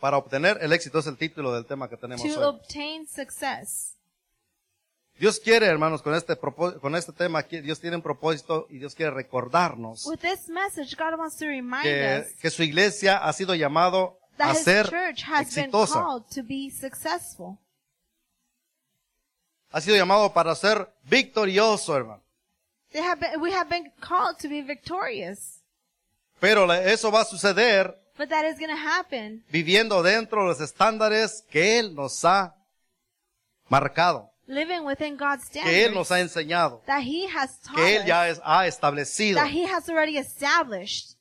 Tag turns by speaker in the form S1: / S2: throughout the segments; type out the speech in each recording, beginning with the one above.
S1: Para obtener el éxito es el título del tema que tenemos
S2: to
S1: hoy.
S2: obtain success.
S1: Dios quiere, hermanos, con este, propó- con este tema, qui- Dios tiene un propósito y Dios quiere recordarnos
S2: With this message, God wants to remind
S1: que,
S2: us
S1: que su iglesia ha sido llamado a
S2: that His
S1: ser
S2: church has been
S1: exitosa.
S2: called to be successful.
S1: Ha sido llamado para ser victorioso, hermano.
S2: They have been, we have been called to be victorious.
S1: Pero la- eso va a suceder
S2: But that is going to happen
S1: viviendo dentro de los estándares que Él nos ha marcado,
S2: living within God's
S1: que Él nos
S2: standards
S1: ha enseñado,
S2: that He has taught
S1: que Él
S2: us,
S1: ya es- ha establecido.
S2: that He has already established.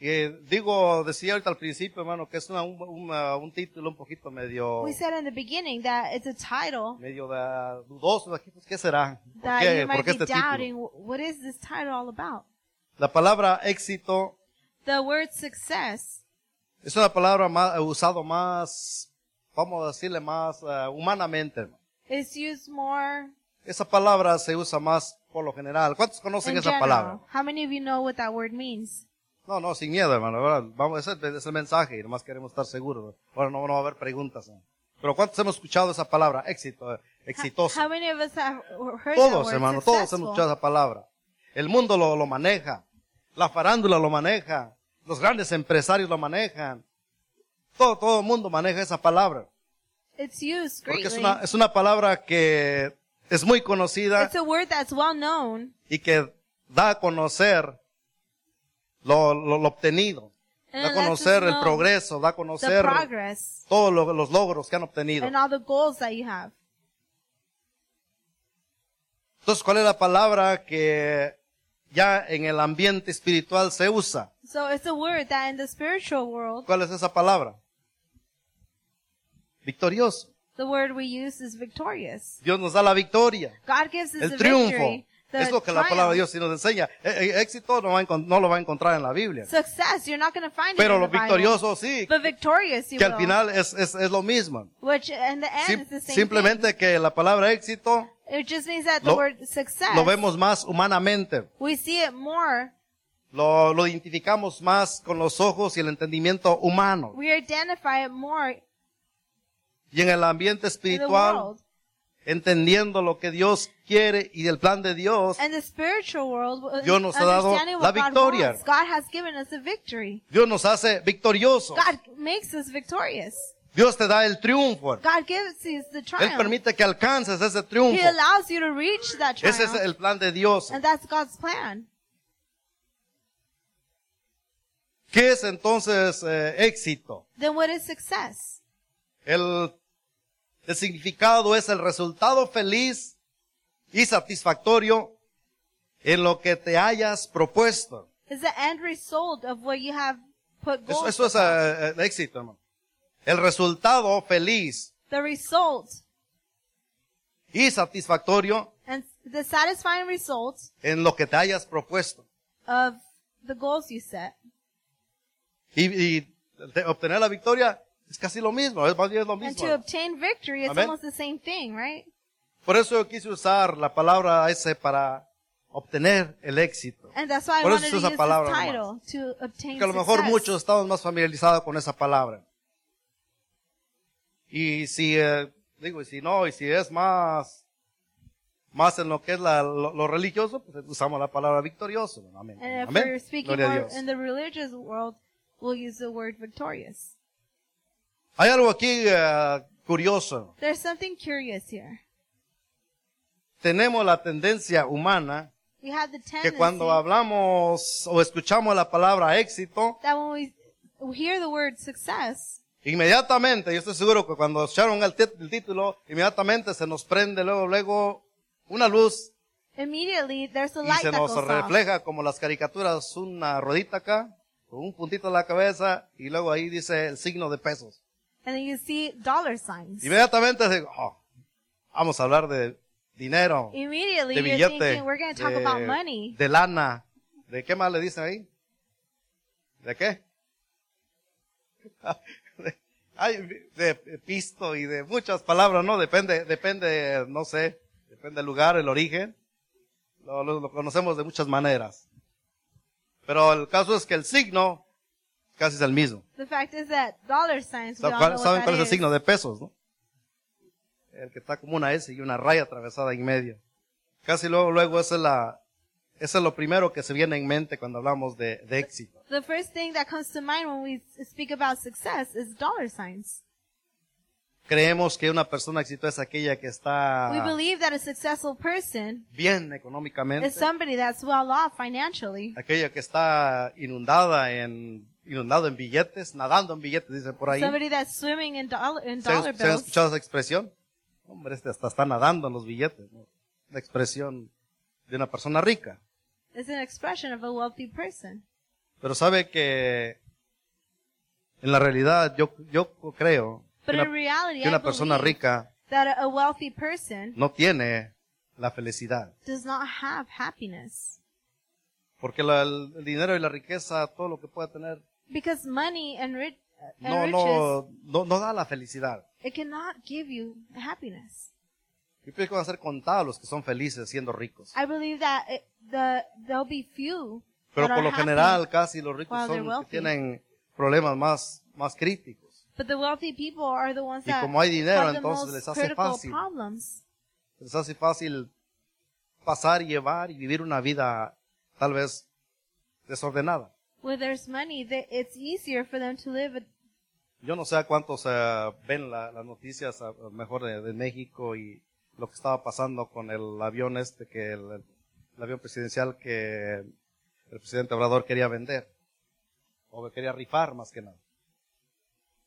S1: Eh, digo, decía ahorita al principio, hermano, que es una- un, una- un título un poquito medio,
S2: We said in the beginning that it's a title
S1: medio da- dudoso. Aquí, pues, ¿Qué será? ¿Por
S2: that
S1: qué,
S2: you
S1: ¿Por
S2: might
S1: qué
S2: be
S1: este
S2: doubting,
S1: título?
S2: "Wh- what is this title all about?
S1: La palabra éxito
S2: The word success
S1: es una palabra más, usado más, vamos a decirle más eh, humanamente. hermano.
S2: is used more
S1: Esa palabra se usa más por lo general. ¿Cuántos conocen
S2: in
S1: esa palabra?
S2: general. How many of you know what that word means?
S1: No, no, sin miedo, hermano. Ahora, Vamos, ese es el mensaje y nomás queremos estar seguros. Ahora no, no va a haber preguntas. ¿no? Pero ¿cuántos hemos escuchado esa palabra? Éxito, eh, exitoso.
S2: How many of us have heard that
S1: Todos,
S2: word?
S1: hermano, todos
S2: successful?
S1: hemos escuchado esa palabra. El mundo lo, lo maneja. La farándula lo maneja. Los grandes empresarios lo manejan. Todo, todo el mundo maneja esa palabra.
S2: It's used
S1: Porque es
S2: greatly.
S1: una, es una palabra que es muy conocida
S2: It's a word that's well known
S1: y que da a conocer lo, lo- lo obtenido.
S2: And
S1: Da a
S2: it lets us
S1: conocer el
S2: know
S1: progreso, da a
S2: the
S1: conocer
S2: progress
S1: todos lo- los logros que han obtenido.
S2: and all the goals that you have.
S1: Entonces, ¿cuál es la palabra que ya en el ambiente espiritual se usa?
S2: So it's a word that in the spiritual world,
S1: ¿Cuál es esa palabra? Victorioso.
S2: the word we use is victorious.
S1: Dios nos da la victoria,
S2: God gives us
S1: el
S2: the
S1: triunfo.
S2: victory. The
S1: Es lo que la palabra
S2: triumph.
S1: de Dios sí nos enseña. Eh, eh, Éxito no, va a encon- no lo va a encontrar en la Biblia.
S2: Success, you're not going to find it
S1: Pero
S2: in the
S1: los
S2: Bible.
S1: victoriosos sí,
S2: But victorious you
S1: que al
S2: will.
S1: final es, es, es lo mismo.
S2: which in the end
S1: Sim-
S2: is the same
S1: simplemente que la palabra éxito
S2: thing. It just means that the
S1: lo-
S2: word success,
S1: lo vemos más humanamente.
S2: we see it more.
S1: Lo, lo identificamos más con los ojos y el entendimiento humano.
S2: We identify it more
S1: y en el ambiente
S2: in the
S1: espiritual,
S2: world.
S1: entendiendo lo que Dios quiere y el plan de Dios,
S2: And the spiritual world, uh,
S1: Dios nos ha dado
S2: understanding
S1: la
S2: what God
S1: victoria.
S2: wants. God has given us a victory.
S1: Dios nos hace victoriosos.
S2: God makes us victorious.
S1: Dios te da el triunfo.
S2: God gives us the
S1: Él
S2: triumph.
S1: permite que alcances ese
S2: He
S1: triunfo.
S2: allows you to reach that
S1: Ese es
S2: triumph.
S1: el plan de Dios.
S2: And that's God's plan.
S1: ¿Qué es entonces eh, éxito?
S2: Then what is success?
S1: El, el significado es el resultado feliz y satisfactorio en lo que te hayas propuesto.
S2: Is the end result of what you have put
S1: Eso,
S2: goals
S1: eso es
S2: about.
S1: eh, el éxito, hermano. El resultado feliz
S2: The result
S1: y satisfactorio
S2: and the satisfying result
S1: en lo que te hayas propuesto.
S2: of the goals you set.
S1: Y, y te- obtener la victoria es casi lo mismo, es más bien lo
S2: And
S1: mismo.
S2: to obtain victory, it's
S1: Amen.
S2: almost the same thing, right?
S1: Por eso yo quise usar la palabra ese para obtener el éxito.
S2: And that's why I
S1: Por eso
S2: wanted
S1: se
S2: to use
S1: usa
S2: this
S1: palabra nomás.
S2: title to obtain
S1: Que a lo mejor
S2: success.
S1: muchos estamos más familiarizados con esa palabra. Y si, eh, digo, y si no, y si es más, más en lo que es la- lo, lo religioso, pues usamos la palabra victorioso. Amén.
S2: And if
S1: Amén.
S2: we're speaking
S1: Gloria a
S2: more
S1: Dios.
S2: in the religious world, we'll use the word victorious.
S1: Hay algo aquí eh, curioso.
S2: There's something curious here.
S1: Tenemos la tendencia humana
S2: We have the
S1: que
S2: tendency
S1: cuando hablamos o escuchamos la palabra éxito,
S2: that when we hear the word success,
S1: inmediatamente, yo estoy seguro que cuando escucharon el, tit- el título, inmediatamente se nos prende luego, luego una luz
S2: immediately there's a
S1: y
S2: light
S1: se
S2: that
S1: nos
S2: goes off.
S1: refleja como las caricaturas, una ruedita acá, con un puntito en la cabeza y luego ahí dice el signo de pesos.
S2: And then you see dollar signs.
S1: Inmediatamente digo, "Oh, vamos a hablar de dinero,
S2: Immediately
S1: de
S2: you're
S1: billete,
S2: thinking we're going to talk
S1: de-
S2: about money.
S1: de lana, ¿de qué más le dicen ahí? ¿De qué? Ay, de, de pisto y de muchas palabras, ¿no? Depende, depende, no sé, depende del lugar, el origen. Lo, lo- lo conocemos de muchas maneras. Pero el caso es que el signo Casi es el mismo.
S2: The fact is that dollar signs, we
S1: ¿Saben
S2: all
S1: cuál,
S2: know
S1: saben
S2: what
S1: cuál es el
S2: that is.
S1: signo de pesos? no? El que está como una S y una raya atravesada en medio. Casi luego, luego esa es la, eso es lo primero que se viene en mente cuando hablamos de, de éxito.
S2: The first thing that comes to mind when we s- speak about success is dollar signs.
S1: Creemos que una persona exitosa es aquella que
S2: We
S1: está
S2: believe that a successful person
S1: bien
S2: is
S1: económicamente,
S2: somebody that's well off financially,
S1: aquella que está inundada en, inundado en billetes, nadando en billetes, dicen por ahí.
S2: somebody that's swimming in dollar, in
S1: ¿Se, han-
S2: dollar
S1: se han
S2: bills.
S1: escuchado esa expresión? Hombre, este hasta está nadando en los billetes. ¿no? La expresión de una persona rica.
S2: It's an expression of a wealthy person.
S1: Pero sabe que en la realidad yo, yo creo que
S2: But in
S1: una,
S2: reality,
S1: que
S2: I
S1: una persona
S2: believe
S1: rica
S2: that a- a wealthy person
S1: no tiene la felicidad.
S2: does not have happiness.
S1: Porque la- el el dinero y la riqueza, todo lo que pueda tener,
S2: Because money and, ri- and
S1: no,
S2: riches,
S1: no, no, no da la felicidad.
S2: it cannot give you happiness.
S1: Yo pienso que van a ser contados los que son felices siendo ricos.
S2: I believe that it, the there'll be few
S1: Pero
S2: that
S1: por
S2: are
S1: lo
S2: happy.
S1: general casi los ricos
S2: while
S1: son
S2: they're
S1: los que
S2: wealthy.
S1: tienen problemas más, más críticos.
S2: But the wealthy people are the ones
S1: Y
S2: that
S1: como hay dinero,
S2: have the
S1: entonces
S2: most
S1: les hace
S2: critical
S1: fácil.
S2: problems.
S1: les hace fácil pasar, llevar y vivir una vida tal vez desordenada.
S2: Where there's money, they, it's easier for them to live. a-
S1: Yo no sé a cuántos eh, ven la- las noticias, a lo mejor de, de México y lo que estaba pasando con el avión este, que el, el avión presidencial que el presidente Obrador quería vender o que quería rifar más que nada.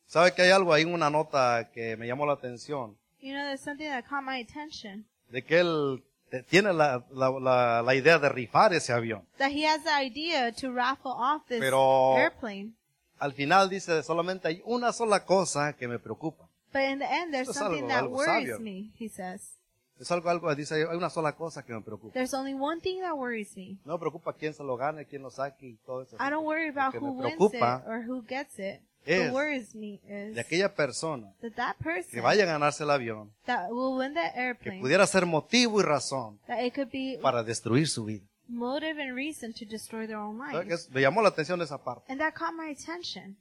S1: ¿Sabe que hay algo ahí, una nota que me llamó la atención?
S2: You know, there's something that caught my attention
S1: De que él te- tiene la- la- la- la idea de rifar ese avión.
S2: that he has the idea to raffle off this
S1: Pero-
S2: airplane.
S1: Al final dice, solamente hay una sola cosa que me preocupa.
S2: But in the end, there's
S1: Eso es
S2: something
S1: algo-
S2: that
S1: algo
S2: worries
S1: sabio.
S2: me. He says,
S1: Es algo, algo, dice, hay una sola cosa que me preocupa.
S2: "There's only one thing that worries me.
S1: No me preocupa quién se lo gane, quién lo saque y todo eso.
S2: I don't worry
S1: Lo
S2: about
S1: que
S2: who
S1: me
S2: wins it
S1: preocupa
S2: or who gets it.
S1: es
S2: what worries me is
S1: de aquella persona
S2: that that
S1: que
S2: person
S1: vaya a ganarse el avión,
S2: that will win that
S1: que
S2: airplane,
S1: pudiera ser motivo y razón
S2: that it could be
S1: para destruir su vida.
S2: motive and reason to destroy their own
S1: ¿Sabe qué
S2: life.
S1: es? Me llamó la atención esa parte.
S2: And that caught my attention.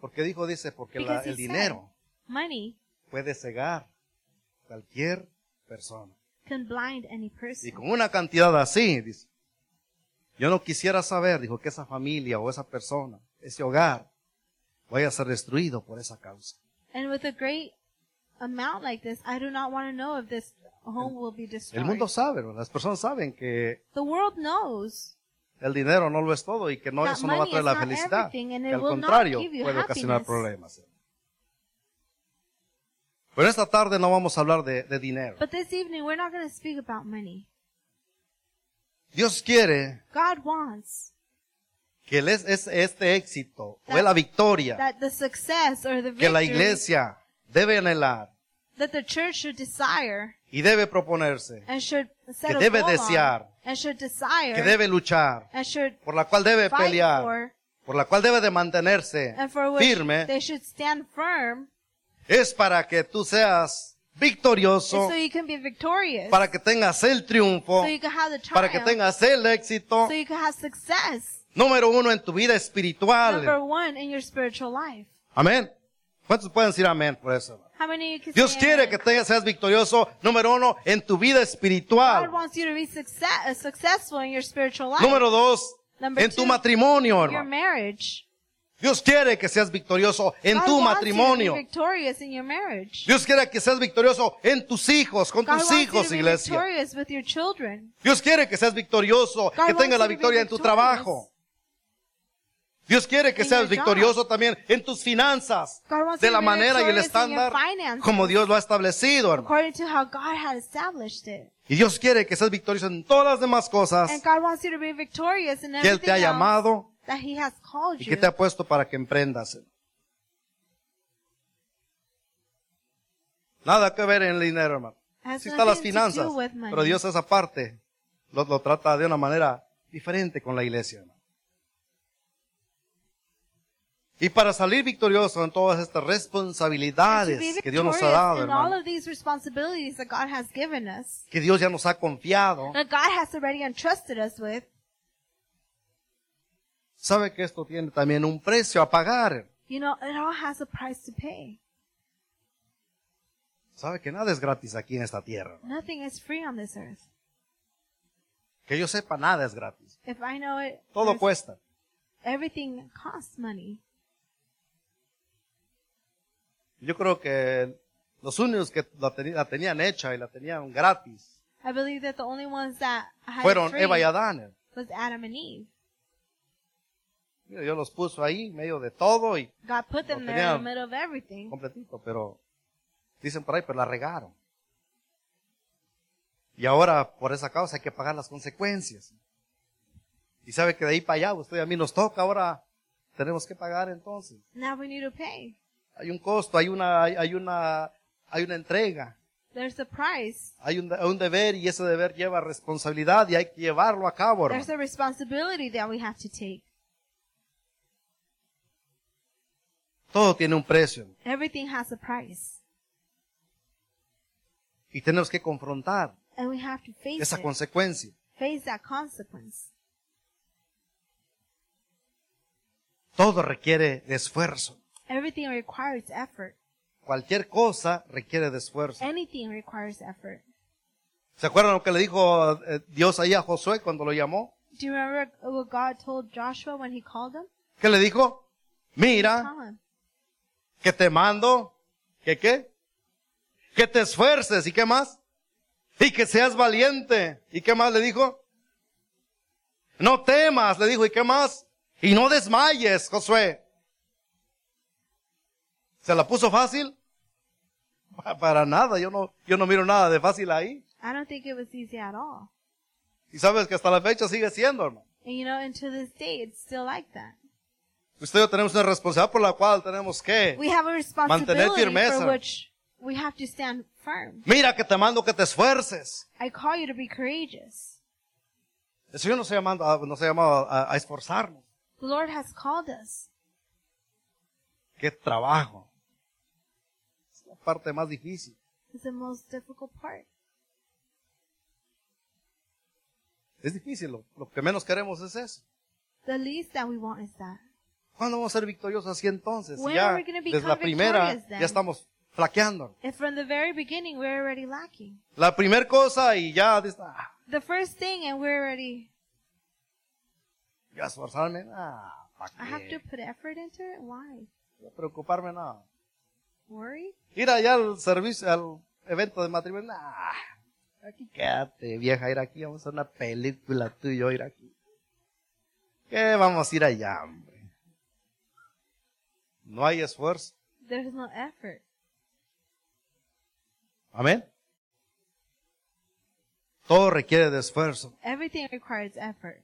S1: Porque dijo, dice, porque la-
S2: Because he
S1: el dinero
S2: said, money
S1: puede cegar cualquier persona.
S2: can blind any
S1: Y
S2: person.
S1: con una cantidad así, dice, yo no quisiera saber, dijo, que esa familia o esa persona, ese hogar, vaya a ser destruido por esa causa.
S2: And with a great amount like this, I do not want to know if this home will be
S1: El mundo
S2: destroyed.
S1: sabe, ¿no? las personas saben que
S2: The world knows
S1: el dinero no lo es todo y que no,
S2: That
S1: eso no va a
S2: money
S1: traer
S2: is
S1: la
S2: not
S1: felicidad,
S2: everything and
S1: que
S2: it
S1: al
S2: will not
S1: contrario
S2: give you
S1: puede ocasionar
S2: happiness.
S1: problemas. Pero esta tarde no vamos a hablar de, de dinero.
S2: But this evening, we're not going to speak about money.
S1: Dios quiere
S2: God wants
S1: que el es, es- este éxito o
S2: That-
S1: la victoria
S2: that the success or the
S1: que la
S2: victory
S1: iglesia debe anhelar
S2: that the church should desire
S1: y debe proponerse,
S2: and should set a
S1: debe
S2: goal on
S1: desear,
S2: and should
S1: que
S2: desire
S1: debe luchar,
S2: and should
S1: por la cual debe
S2: fight
S1: pelear,
S2: for
S1: por la cual debe de mantenerse
S2: and for which
S1: firme,
S2: they should stand firm
S1: es para que tú seas
S2: so,
S1: victorioso,
S2: so you can be victorious,
S1: para que tengas el triunfo,
S2: so you can have the triumph,
S1: para que tengas el éxito
S2: so you can have success,
S1: número uno en tu vida espiritual.
S2: number one in your spiritual life.
S1: Amén. ¿Cuántos pueden decir amén por eso?
S2: How many of you can
S1: Dios
S2: say
S1: quiere
S2: amen?
S1: que te- seas victorioso número uno en tu vida espiritual.
S2: God wants you to be success, uh, successful in your spiritual life,
S1: Número dos,
S2: Number
S1: en tu
S2: two,
S1: matrimonio,
S2: your
S1: hermano.
S2: marriage.
S1: Dios quiere que seas victorioso en
S2: God
S1: tu
S2: wants you to be
S1: matrimonio.
S2: victorious in your marriage.
S1: Dios quiere que seas victorioso en tus hijos, con
S2: God
S1: tus
S2: wants you
S1: hijos,
S2: to be
S1: iglesia.
S2: victorious with your children.
S1: Dios quiere que seas victorioso,
S2: God
S1: que
S2: wants
S1: tengas la
S2: you to be
S1: victoria en tu
S2: victorious.
S1: trabajo. Dios quiere que
S2: in
S1: seas
S2: your job.
S1: victorioso también en tus finanzas,
S2: God wants
S1: de
S2: you
S1: la
S2: to be
S1: manera y el
S2: victorious in your
S1: estándar
S2: finances.
S1: como Dios lo ha establecido, hermano.
S2: According to how God had established it.
S1: Y Dios quiere que seas victorioso en todas las demás cosas
S2: And God wants you to be victorious in
S1: que Él
S2: everything
S1: te ha
S2: else
S1: llamado
S2: that He has called
S1: y
S2: you.
S1: que te ha puesto para que emprendas. Nada que ver en el dinero, hermano.
S2: Has
S1: Sí están las
S2: nothing to do
S1: finanzas,
S2: with money.
S1: pero Dios esa parte lo, lo trata de una manera diferente con la iglesia. hermano. Y para salir victorioso en todas estas
S2: And to
S1: responsabilidades
S2: be
S1: que Dios nos ha
S2: victorious
S1: dado,
S2: in all
S1: hermano,
S2: of these responsibilities that God has given us,
S1: que Dios ya nos ha confiado,
S2: that God has already entrusted us with,
S1: sabe que esto tiene también un precio a pagar.
S2: You know, it all has a price to pay.
S1: Sabe que nada es gratis aquí en esta tierra.
S2: Nothing is free on this earth.
S1: Que yo sepa, nada es gratis.
S2: If I know it,
S1: Todo
S2: there's-
S1: cuesta.
S2: everything costs money.
S1: Yo creo que los únicos que la, teni- la tenían hecha y la tenían gratis
S2: I believe that the only ones that had it
S1: fueron
S2: free
S1: Eva y Adán.
S2: was Adam and Eve.
S1: Mira, Yo los puso ahí, en medio de todo y
S2: God put them
S1: Lo
S2: there in the
S1: tenían.
S2: middle of everything.
S1: completito, pero dicen por ahí, pero la regaron. Y ahora, por esa causa, hay que pagar las consecuencias. Y sabe que de ahí para allá, usted y a mí nos toca, ahora tenemos que pagar entonces.
S2: Now we need to pay.
S1: Hay un costo, hay una, hay- hay una, hay una entrega,
S2: There's a price.
S1: hay un, hay un deber y ese deber lleva responsabilidad y hay que llevarlo a cabo. hermano.
S2: There's a responsibility that we have to take.
S1: Todo tiene un precio
S2: Everything has a price.
S1: y tenemos que confrontar
S2: And we have to face
S1: esa
S2: it.
S1: consecuencia.
S2: face that consequence.
S1: Todo requiere de esfuerzo.
S2: Everything requires effort.
S1: Cualquier cosa requiere de esfuerzo.
S2: Anything requires effort.
S1: ¿Se acuerdan lo que le dijo eh, Dios ahí a Josué cuando lo llamó?
S2: Do you remember what God told Joshua when he called him?
S1: ¿Qué le dijo? Mira,
S2: Call him.
S1: que te mando, que qué? Que te esfuerces, ¿y qué más? Y que seas valiente, ¿y qué más le dijo? No temas, le dijo, ¿y qué más? Y no desmayes, Josué. ¿Se la puso fácil? Pa- Para nada, yo no, yo no miro nada de fácil ahí.
S2: I don't think it was easy at all.
S1: Y sabes que hasta la fecha sigue siendo, hermano.
S2: And you know, and to this day, it's still like that.
S1: Usted y yo tenemos una responsabilidad por la cual tenemos que.
S2: We have a responsibility
S1: firmeza.
S2: for which we have to stand firm.
S1: Mira que te mando que te esfuerces.
S2: I call you to be courageous.
S1: El Señor nos ha llamado, a- nos ha llamado a, a esforzarnos.
S2: The Lord has called us.
S1: Qué trabajo. Es la parte más difícil.
S2: It's the most difficult part.
S1: Es difícil. Lo, lo que menos queremos es eso.
S2: The least that we want is that.
S1: ¿Cuándo vamos a ser victoriosos así entonces? Si
S2: When
S1: ya
S2: are we gonna
S1: desde la
S2: become
S1: primera
S2: victorious then?
S1: ya estamos flaqueando.
S2: And from the very beginning, we're already lacking.
S1: La primera cosa y ya dices, "Ah,
S2: The first thing, and we're already
S1: ya esforzarme, ah,
S2: I
S1: ¿para
S2: have
S1: qué?
S2: to put effort into it? Why?
S1: Preocuparme nada.
S2: Worry?
S1: Ir allá al servicio, al evento de matrimonio, nah, aquí quédate, vieja, ir aquí, vamos a hacer una película tú y yo ir aquí. ¿Qué vamos a ir allá, hombre? No hay esfuerzo.
S2: There's no effort.
S1: Amén. Todo requiere de esfuerzo.
S2: Everything requires effort.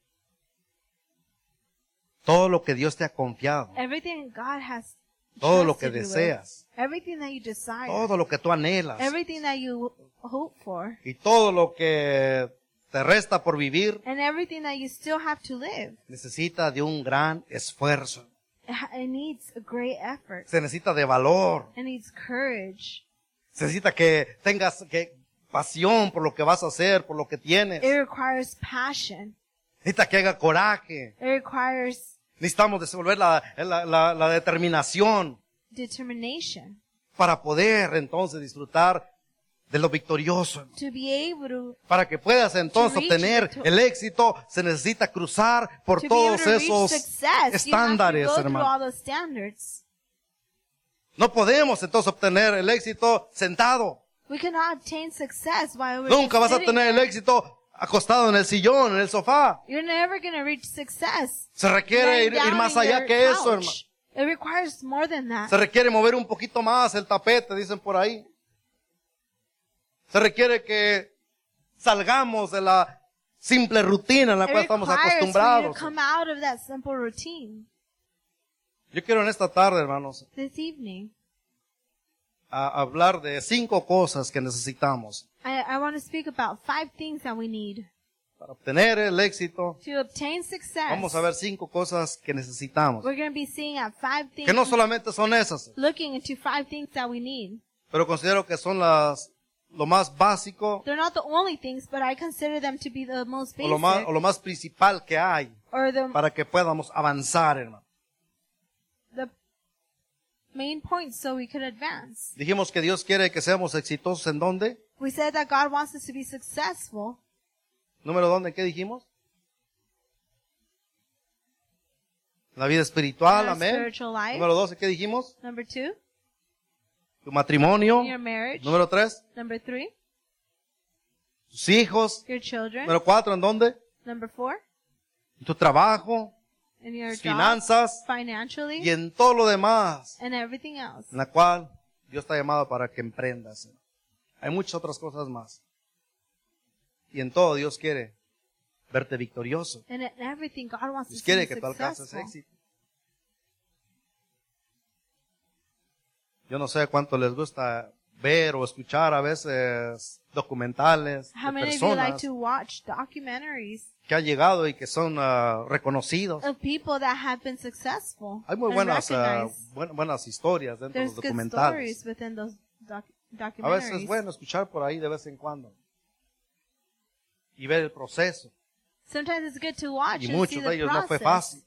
S1: Todo lo que Dios te ha confiado,
S2: Everything God has
S1: todo lo que
S2: trusted you with.
S1: deseas,
S2: Everything that you desire.
S1: todo lo que tú anhelas
S2: Everything that you hope for.
S1: y todo lo que te resta por vivir
S2: And everything that you still have to live.
S1: necesita de un gran esfuerzo.
S2: It, ha- it needs a great effort.
S1: Se necesita de valor.
S2: It needs courage.
S1: Se necesita que tengas que pasión por lo que vas a hacer, por lo que tienes.
S2: It requires passion.
S1: Necesita que haga coraje.
S2: It requires
S1: Necesitamos desenvolver la, la- la- la determinación
S2: determination
S1: para poder entonces disfrutar de lo victorioso.
S2: to be able to,
S1: Para que puedas entonces
S2: To reach
S1: obtener
S2: victor-
S1: el éxito, se necesita cruzar por
S2: to be able
S1: todos
S2: to reach
S1: esos
S2: success. You have to
S1: estándares,
S2: go through
S1: hermano.
S2: all those standards.
S1: No podemos entonces obtener el éxito sentado.
S2: We cannot obtain success while we're
S1: Nunca
S2: just
S1: vas a
S2: sitting
S1: tener el éxito acostado en el sillón, en el sofá.
S2: You're never going to reach success.
S1: Se requiere
S2: lying
S1: ir-
S2: down
S1: ir más
S2: in
S1: allá
S2: your
S1: que eso, hermano.
S2: couch. It requires more than that.
S1: Se requiere mover un poquito más el tapete, dicen por ahí. Se requiere que salgamos de la simple rutina en la
S2: it
S1: cual estamos
S2: requires for you to
S1: acostumbrados.
S2: come out of that simple routine
S1: Yo quiero en esta tarde, hermanos,
S2: this evening.
S1: a- hablar de cinco cosas que necesitamos
S2: I, I want to speak about five things that we need
S1: para obtener el éxito.
S2: to obtain success.
S1: Vamos a ver cinco cosas que necesitamos.
S2: We're going to be seeing at five things,
S1: Que no solamente son esas,
S2: looking into five things that we need.
S1: pero considero que son las lo más básico
S2: They're not the only things, but I consider them to be the most
S1: o
S2: basic
S1: lo más, o lo más principal que hay
S2: or the,
S1: para que podamos avanzar, hermano.
S2: the main points so we could advance.
S1: Dijimos que Dios quiere que seamos exitosos en dónde?
S2: We said that God wants us to be successful.
S1: Número dónde, ¿qué dijimos? La vida espiritual,
S2: In our
S1: amén.
S2: spiritual life.
S1: Número dos, ¿qué dijimos?
S2: Number two,
S1: Tu matrimonio.
S2: in your marriage.
S1: Número tres,
S2: Number three,
S1: tus hijos.
S2: your children.
S1: Número cuatro, ¿en dónde?
S2: Number four,
S1: En tu trabajo,
S2: in your
S1: tus
S2: job,
S1: finanzas y
S2: financially,
S1: en todo lo demás,
S2: and everything else.
S1: en la cual Dios te ha llamado para que emprendas. Hay muchas otras cosas más. Y en todo Dios quiere verte victorioso.
S2: And in everything, God wants us
S1: Dios
S2: to be
S1: quiere que tú alcances
S2: successful.
S1: éxito. Yo no sé cuánto les gusta ver o escuchar a veces documentales de
S2: How many of you like
S1: personas
S2: to watch documentaries
S1: que han llegado y que son ah, reconocidos.
S2: of people that have been successful?
S1: Hay muy
S2: and
S1: buenas, ah,
S2: recognized?
S1: buen- buenas historias dentro de
S2: There's
S1: los
S2: good
S1: documentales.
S2: stories within those doc-
S1: A veces es
S2: documentaries.
S1: bueno escuchar por ahí de vez en cuando y ver el proceso.
S2: Sometimes it's good to watch
S1: Y
S2: and see
S1: muchos de
S2: the
S1: ellos no fue
S2: process.
S1: fácil.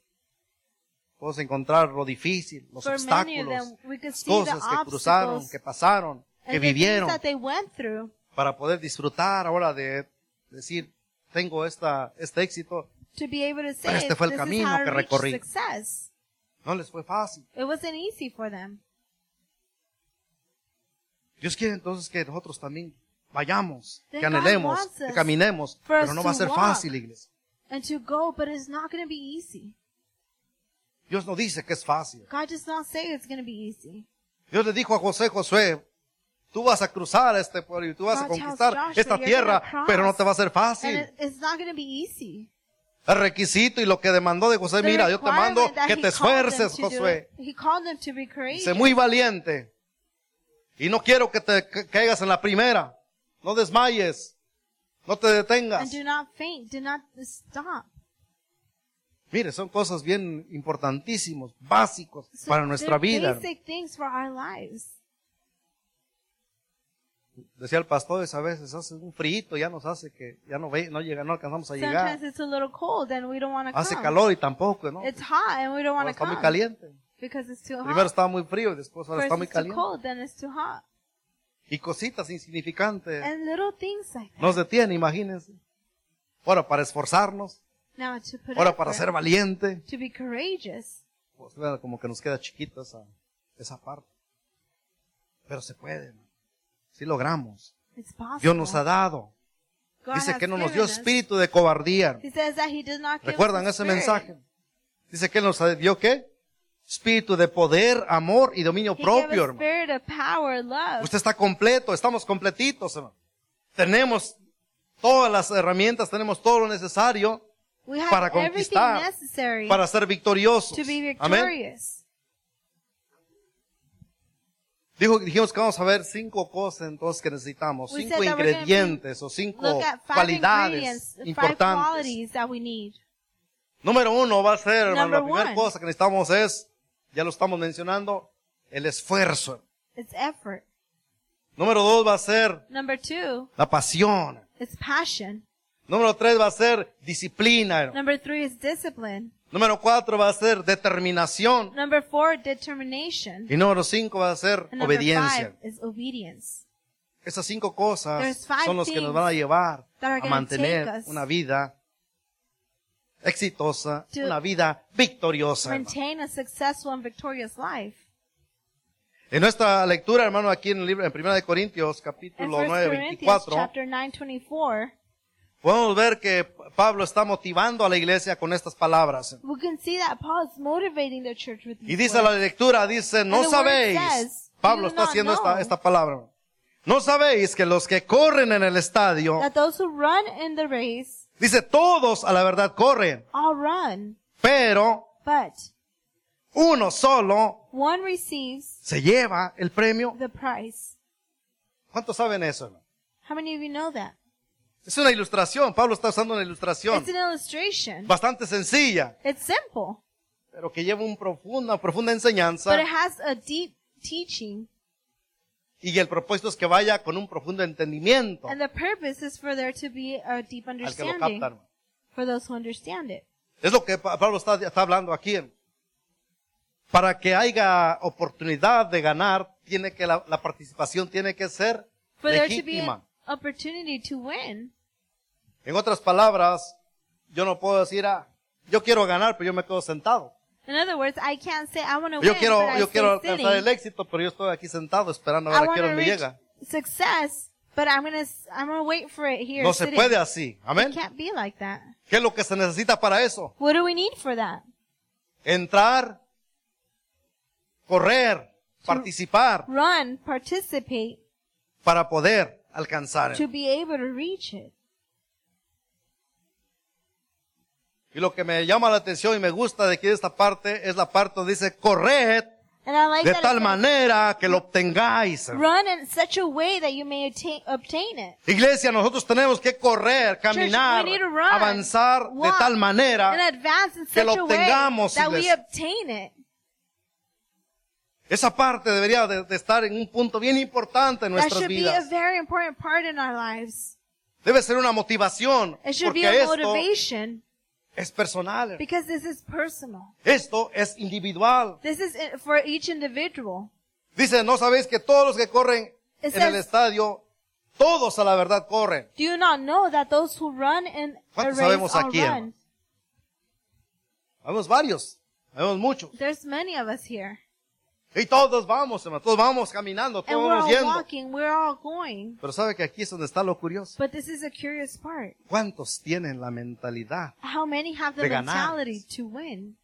S1: Puedes encontrar lo difícil, los
S2: For many of
S1: obstáculos,
S2: them, we could
S1: las
S2: see the
S1: cosas que cruzaron,
S2: obstacles
S1: que pasaron, que
S2: and the things
S1: vivieron,
S2: that they went through.
S1: para poder disfrutar ahora de decir, tengo esta, este éxito.
S2: to be able to say
S1: Pero este fue el
S2: this
S1: camino
S2: is how I
S1: que
S2: reached
S1: recorrí."
S2: success.
S1: No les fue fácil.
S2: It wasn't easy for them.
S1: Dios quiere entonces que nosotros también vayamos,
S2: Then
S1: que
S2: God
S1: anhelemos,
S2: wants
S1: que
S2: us
S1: caminemos,
S2: for
S1: pero
S2: us
S1: no va a
S2: to
S1: ser
S2: walk.
S1: fácil, iglesia.
S2: And to go, but it's not going to be easy.
S1: Dios no dice que es fácil.
S2: God does not say it's going to be easy.
S1: Dios le dijo a José, Josué, tú vas a cruzar este pueblo y tú vas a
S2: God tells
S1: conquistar
S2: Joshua,
S1: esta
S2: "You're gonna
S1: tierra,
S2: cross."
S1: pero no te va a ser
S2: And
S1: fácil.
S2: it, it's not going to be easy.
S1: El requisito y lo que demandó de José,
S2: The
S1: Pues mira, yo te mando
S2: requirement that
S1: que
S2: he
S1: te
S2: called them
S1: esfuerces,
S2: to do
S1: Josué.
S2: it- He called them to be
S1: Sé
S2: courageous.
S1: muy valiente. Y no quiero que te ca- caigas en la primera. No desmayes. No te detengas.
S2: And do not faint. Do not stop.
S1: Mire, son cosas bien importantísimas, básicos
S2: So
S1: para nuestra
S2: they're
S1: vida.
S2: basic things for our lives.
S1: Decía el pastor, es a veces hace un frío, ya nos hace que ya no ve, no llega, no alcanzamos a llegar.
S2: Sometimes it's a little cold and we don't want to
S1: Hace
S2: come.
S1: calor y tampoco, ¿no?
S2: It's hot and we don't want
S1: Ahora
S2: to
S1: está muy
S2: come
S1: caliente.
S2: because it's too
S1: Primero
S2: hot.
S1: estaba muy frío y después ahora
S2: First
S1: está muy
S2: it's too
S1: caliente.
S2: Pues cold, then it's too hot.
S1: Y cositas insignificantes
S2: And little things like that.
S1: nos detienen, imagínense. Ahora para esforzarnos,
S2: Now to put
S1: ahora
S2: up
S1: para
S2: for
S1: ser
S2: it,
S1: valiente.
S2: to be courageous.
S1: pues, claro, como que nos queda chiquita esa, esa parte. Pero se puede, si logramos.
S2: It's possible.
S1: Dios nos ha dado.
S2: God
S1: Dice
S2: has
S1: que no nos
S2: given
S1: dio
S2: us.
S1: espíritu de cobardía.
S2: He says that he does not give
S1: ¿Recuerdan
S2: us
S1: ese
S2: the spirit.
S1: mensaje? Dice que nos dio qué? Espíritu de poder, amor y dominio
S2: He gave
S1: propio,
S2: us
S1: hermano.
S2: spirit of power, love.
S1: Usted está completo, estamos completitos, hermano. Tenemos todas las herramientas, tenemos todo lo necesario
S2: we have
S1: para
S2: everything
S1: conquistar,
S2: necessary
S1: para ser victoriosos.
S2: to be
S1: Amén.
S2: victorious.
S1: Dijo, dijimos que vamos a ver cinco cosas entonces que necesitamos,
S2: We
S1: cinco
S2: said that we're gonna
S1: ingredientes o cinco
S2: Look at five
S1: cualidades
S2: ingredients, five
S1: importantes.
S2: qualities that we need.
S1: Número uno va a ser, hermano,
S2: Number
S1: la primera
S2: one.
S1: cosa que necesitamos es, ya lo estamos mencionando, el esfuerzo.
S2: It's effort.
S1: Número dos va a ser
S2: Number two,
S1: la pasión.
S2: it's passion.
S1: Número tres va a ser disciplina. hermano.
S2: Number three is discipline.
S1: Número cuatro va a ser determinación.
S2: Number four, determination.
S1: Y número cinco va a ser
S2: And number five
S1: obediencia.
S2: is obedience.
S1: Esas cinco cosas
S2: There's five
S1: son las que nos
S2: things
S1: van a llevar
S2: that are
S1: a
S2: gonna take
S1: mantener
S2: us
S1: una vida exitosa,
S2: to
S1: una vida victoriosa. hermano.
S2: Maintain a successful and victorious life.
S1: En nuestra lectura, hermano, aquí en el libro, en 1 de Corintios,
S2: In
S1: capítulo
S2: 1
S1: 9,
S2: Corinthians
S1: 24,
S2: chapter 9, 24,
S1: podemos ver que Pablo está motivando a la iglesia con estas palabras.
S2: we can see that Paul is motivating the church with
S1: Y
S2: these
S1: dice la
S2: words.
S1: lectura, dice, no
S2: the word
S1: sabéis,
S2: says,
S1: Pablo
S2: you do
S1: está
S2: not
S1: haciendo esta,
S2: know.
S1: esta palabra, no sabéis que los que corren en el estadio,
S2: that those who run in the race
S1: dice, todos a la verdad corren,
S2: all run,
S1: pero
S2: but
S1: uno solo
S2: one receives
S1: se lleva el premio.
S2: the prize.
S1: ¿Cuántos saben eso? hermano?
S2: How many of you know that?
S1: Es una ilustración, Pablo está usando una ilustración
S2: It's an illustration.
S1: bastante sencilla,
S2: It's simple,
S1: pero que lleva un profunda, profunda enseñanza
S2: but it has a deep teaching,
S1: y el propósito es que vaya con un profundo entendimiento
S2: and the purpose is for there to be a deep
S1: al que lo capta.
S2: understanding
S1: hermano.
S2: for those who understand it.
S1: Es lo que Pa- Pablo está, está hablando aquí. Para que haya oportunidad de ganar, tiene que la, la participación tiene que ser
S2: For there to be an
S1: legítima.
S2: opportunity to win.
S1: En otras palabras, yo no puedo decir, ah, yo quiero ganar, pero yo me quedo sentado.
S2: In other words, I can't say I want to
S1: Yo
S2: win,
S1: quiero,
S2: but I
S1: yo
S2: stay
S1: quiero alcanzar el
S2: sitting.
S1: éxito, pero yo estoy aquí sentado esperando a
S2: I
S1: ver a
S2: want
S1: qué
S2: to
S1: hora me
S2: reach
S1: llega.
S2: success, but I'm gonna s- I'm gonna wait for it here.
S1: No se
S2: sitting.
S1: puede así. Amén.
S2: It can't be like that.
S1: ¿Qué es lo que se necesita para eso?
S2: What do we need for that?
S1: Entrar, correr, participar,
S2: Run, participate
S1: para poder alcanzar.
S2: to be able to reach it.
S1: Y lo que me llama la atención y me gusta de aquí de esta parte es la parte donde dice, corred
S2: And I like
S1: de
S2: that. it
S1: tal
S2: says,
S1: manera que lo obtengáis.
S2: Run in such a way that you may attain, obtain it.
S1: Iglesia, nosotros tenemos que correr, caminar,
S2: we need to run,
S1: avanzar de
S2: walk,
S1: tal manera.
S2: And advance in
S1: que
S2: such
S1: lo
S2: a way
S1: obtengamos,
S2: that we
S1: iglesia.
S2: obtain it.
S1: Esa parte debería de, de estar en un punto bien importante en
S2: That
S1: nuestras
S2: should be a
S1: vidas.
S2: very important part in our lives.
S1: Debe ser una motivación,
S2: It should be
S1: porque
S2: a
S1: esto
S2: motivation
S1: es personal,
S2: because this is personal.
S1: esto es individual.
S2: This is it for each individual.
S1: Dice, ¿no sabéis que todos los que corren
S2: It
S1: en el
S2: says-
S1: estadio, todos a la verdad corren?
S2: Do you not know that those who run in a
S1: ¿Cuántos
S2: race
S1: sabemos
S2: all
S1: aquí,
S2: run?
S1: hermanos? Habemos varios, habemos muchos.
S2: There's many of us here.
S1: Y todos vamos, hermano, todos vamos caminando,
S2: And
S1: todos
S2: we're
S1: vamos
S2: all
S1: yendo.
S2: walking, we're all going.
S1: Pero sabe que aquí es donde está lo curioso.
S2: But this is a curious part.
S1: ¿Cuántos tienen la mentalidad?
S2: How many have the
S1: De ganar.
S2: mentality to win?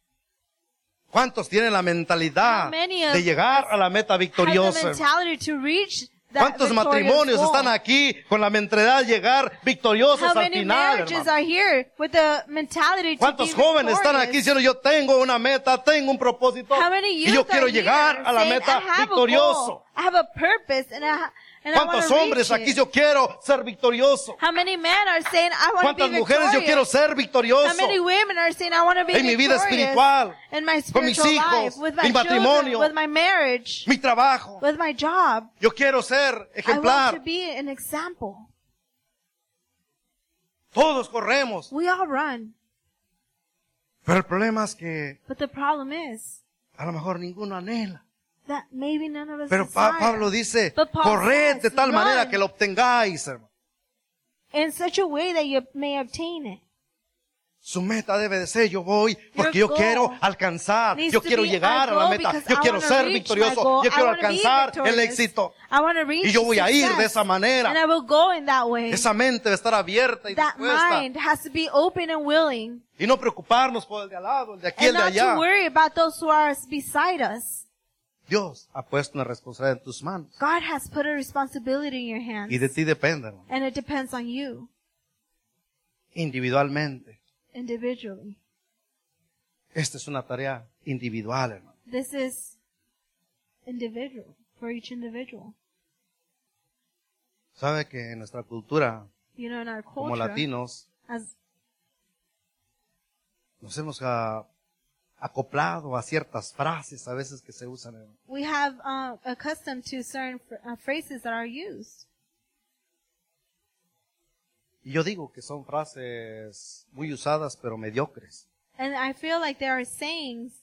S1: ¿Cuántos tienen la mentalidad
S2: How many of
S1: de llegar a la meta
S2: Have the
S1: victoriosa? hermano?
S2: mentality to reach that
S1: ¿Cuántos matrimonios están
S2: aquí?
S1: aquí con la mentalidad de llegar victoriosos
S2: How
S1: al
S2: many
S1: final?
S2: marriages
S1: hermano?
S2: are here with the mentality to
S1: ¿Cuántos
S2: be
S1: jóvenes están aquí
S2: victorious?
S1: diciendo yo tengo una meta, tengo un propósito
S2: How many
S1: y
S2: youth
S1: yo quiero
S2: are here
S1: llegar a la
S2: saying,
S1: meta
S2: "I have a
S1: victorioso?
S2: goal, I have a purpose and I, ha- and I want
S1: ¿Cuántos
S2: to
S1: hombres
S2: reach
S1: aquí
S2: it."
S1: yo quiero ser victorioso?
S2: How many men are saying I want to
S1: ¿Cuántas
S2: be
S1: mujeres yo
S2: victorious?
S1: quiero ser
S2: How
S1: victorioso?
S2: many women are saying I want to be
S1: En mi vida
S2: victorious
S1: espiritual,
S2: in my
S1: con mis
S2: spiritual life,
S1: hijos,
S2: with
S1: mi
S2: my
S1: matrimonio,
S2: children, with my marriage,
S1: Mi trabajo.
S2: with my job?
S1: Yo quiero ser
S2: I want to
S1: ejemplar.
S2: be an example.
S1: Todos corremos.
S2: We all run,
S1: Pero el problema es que
S2: but the problem is
S1: a lo mejor ninguno anhela.
S2: that maybe none of us
S1: Pero Pa-
S2: desire.
S1: Pablo dice,
S2: But Paul
S1: corred
S2: says,
S1: de tal
S2: "Run."
S1: manera que lo obtengáis, hermano.
S2: in such a way that you may obtain it.
S1: Su meta debe de ser, yo voy porque yo
S2: goal
S1: quiero alcanzar,
S2: Needs
S1: yo
S2: to
S1: quiero
S2: be
S1: llegar
S2: our
S1: a la
S2: goal
S1: meta,
S2: because
S1: yo
S2: I
S1: quiero
S2: wanna
S1: ser
S2: reach my
S1: victorioso,
S2: goal.
S1: yo
S2: I
S1: quiero
S2: wanna be
S1: alcanzar el
S2: victorious.
S1: éxito.
S2: I wanna reach
S1: Y yo voy a ir de
S2: success.
S1: esa manera.
S2: And I will go in that way.
S1: Esa mente debe estar abierta y
S2: that
S1: dispuesta
S2: mind has to be open and willing.
S1: y no preocuparnos por el de al lado, el de aquí, el
S2: And
S1: de
S2: not
S1: allá.
S2: to worry about those who are beside us.
S1: Dios ha puesto una responsabilidad en tus manos
S2: God has put a responsibility in your hands.
S1: y de ti depende, hermano.
S2: And it depends on you
S1: individualmente.
S2: individually.
S1: Esta es una tarea individual, hermano.
S2: This is individual for each individual.
S1: Sabe que en nuestra cultura,
S2: You know, in our culture,
S1: como latinos,
S2: as
S1: nos hemos ah, acoplado a ciertas frases a veces que se usan. hermano.
S2: we have uh, accustomed to certain fr- uh, phrases that are used.
S1: Y yo digo que son frases muy usadas, pero mediocres.
S2: And I feel like there are sayings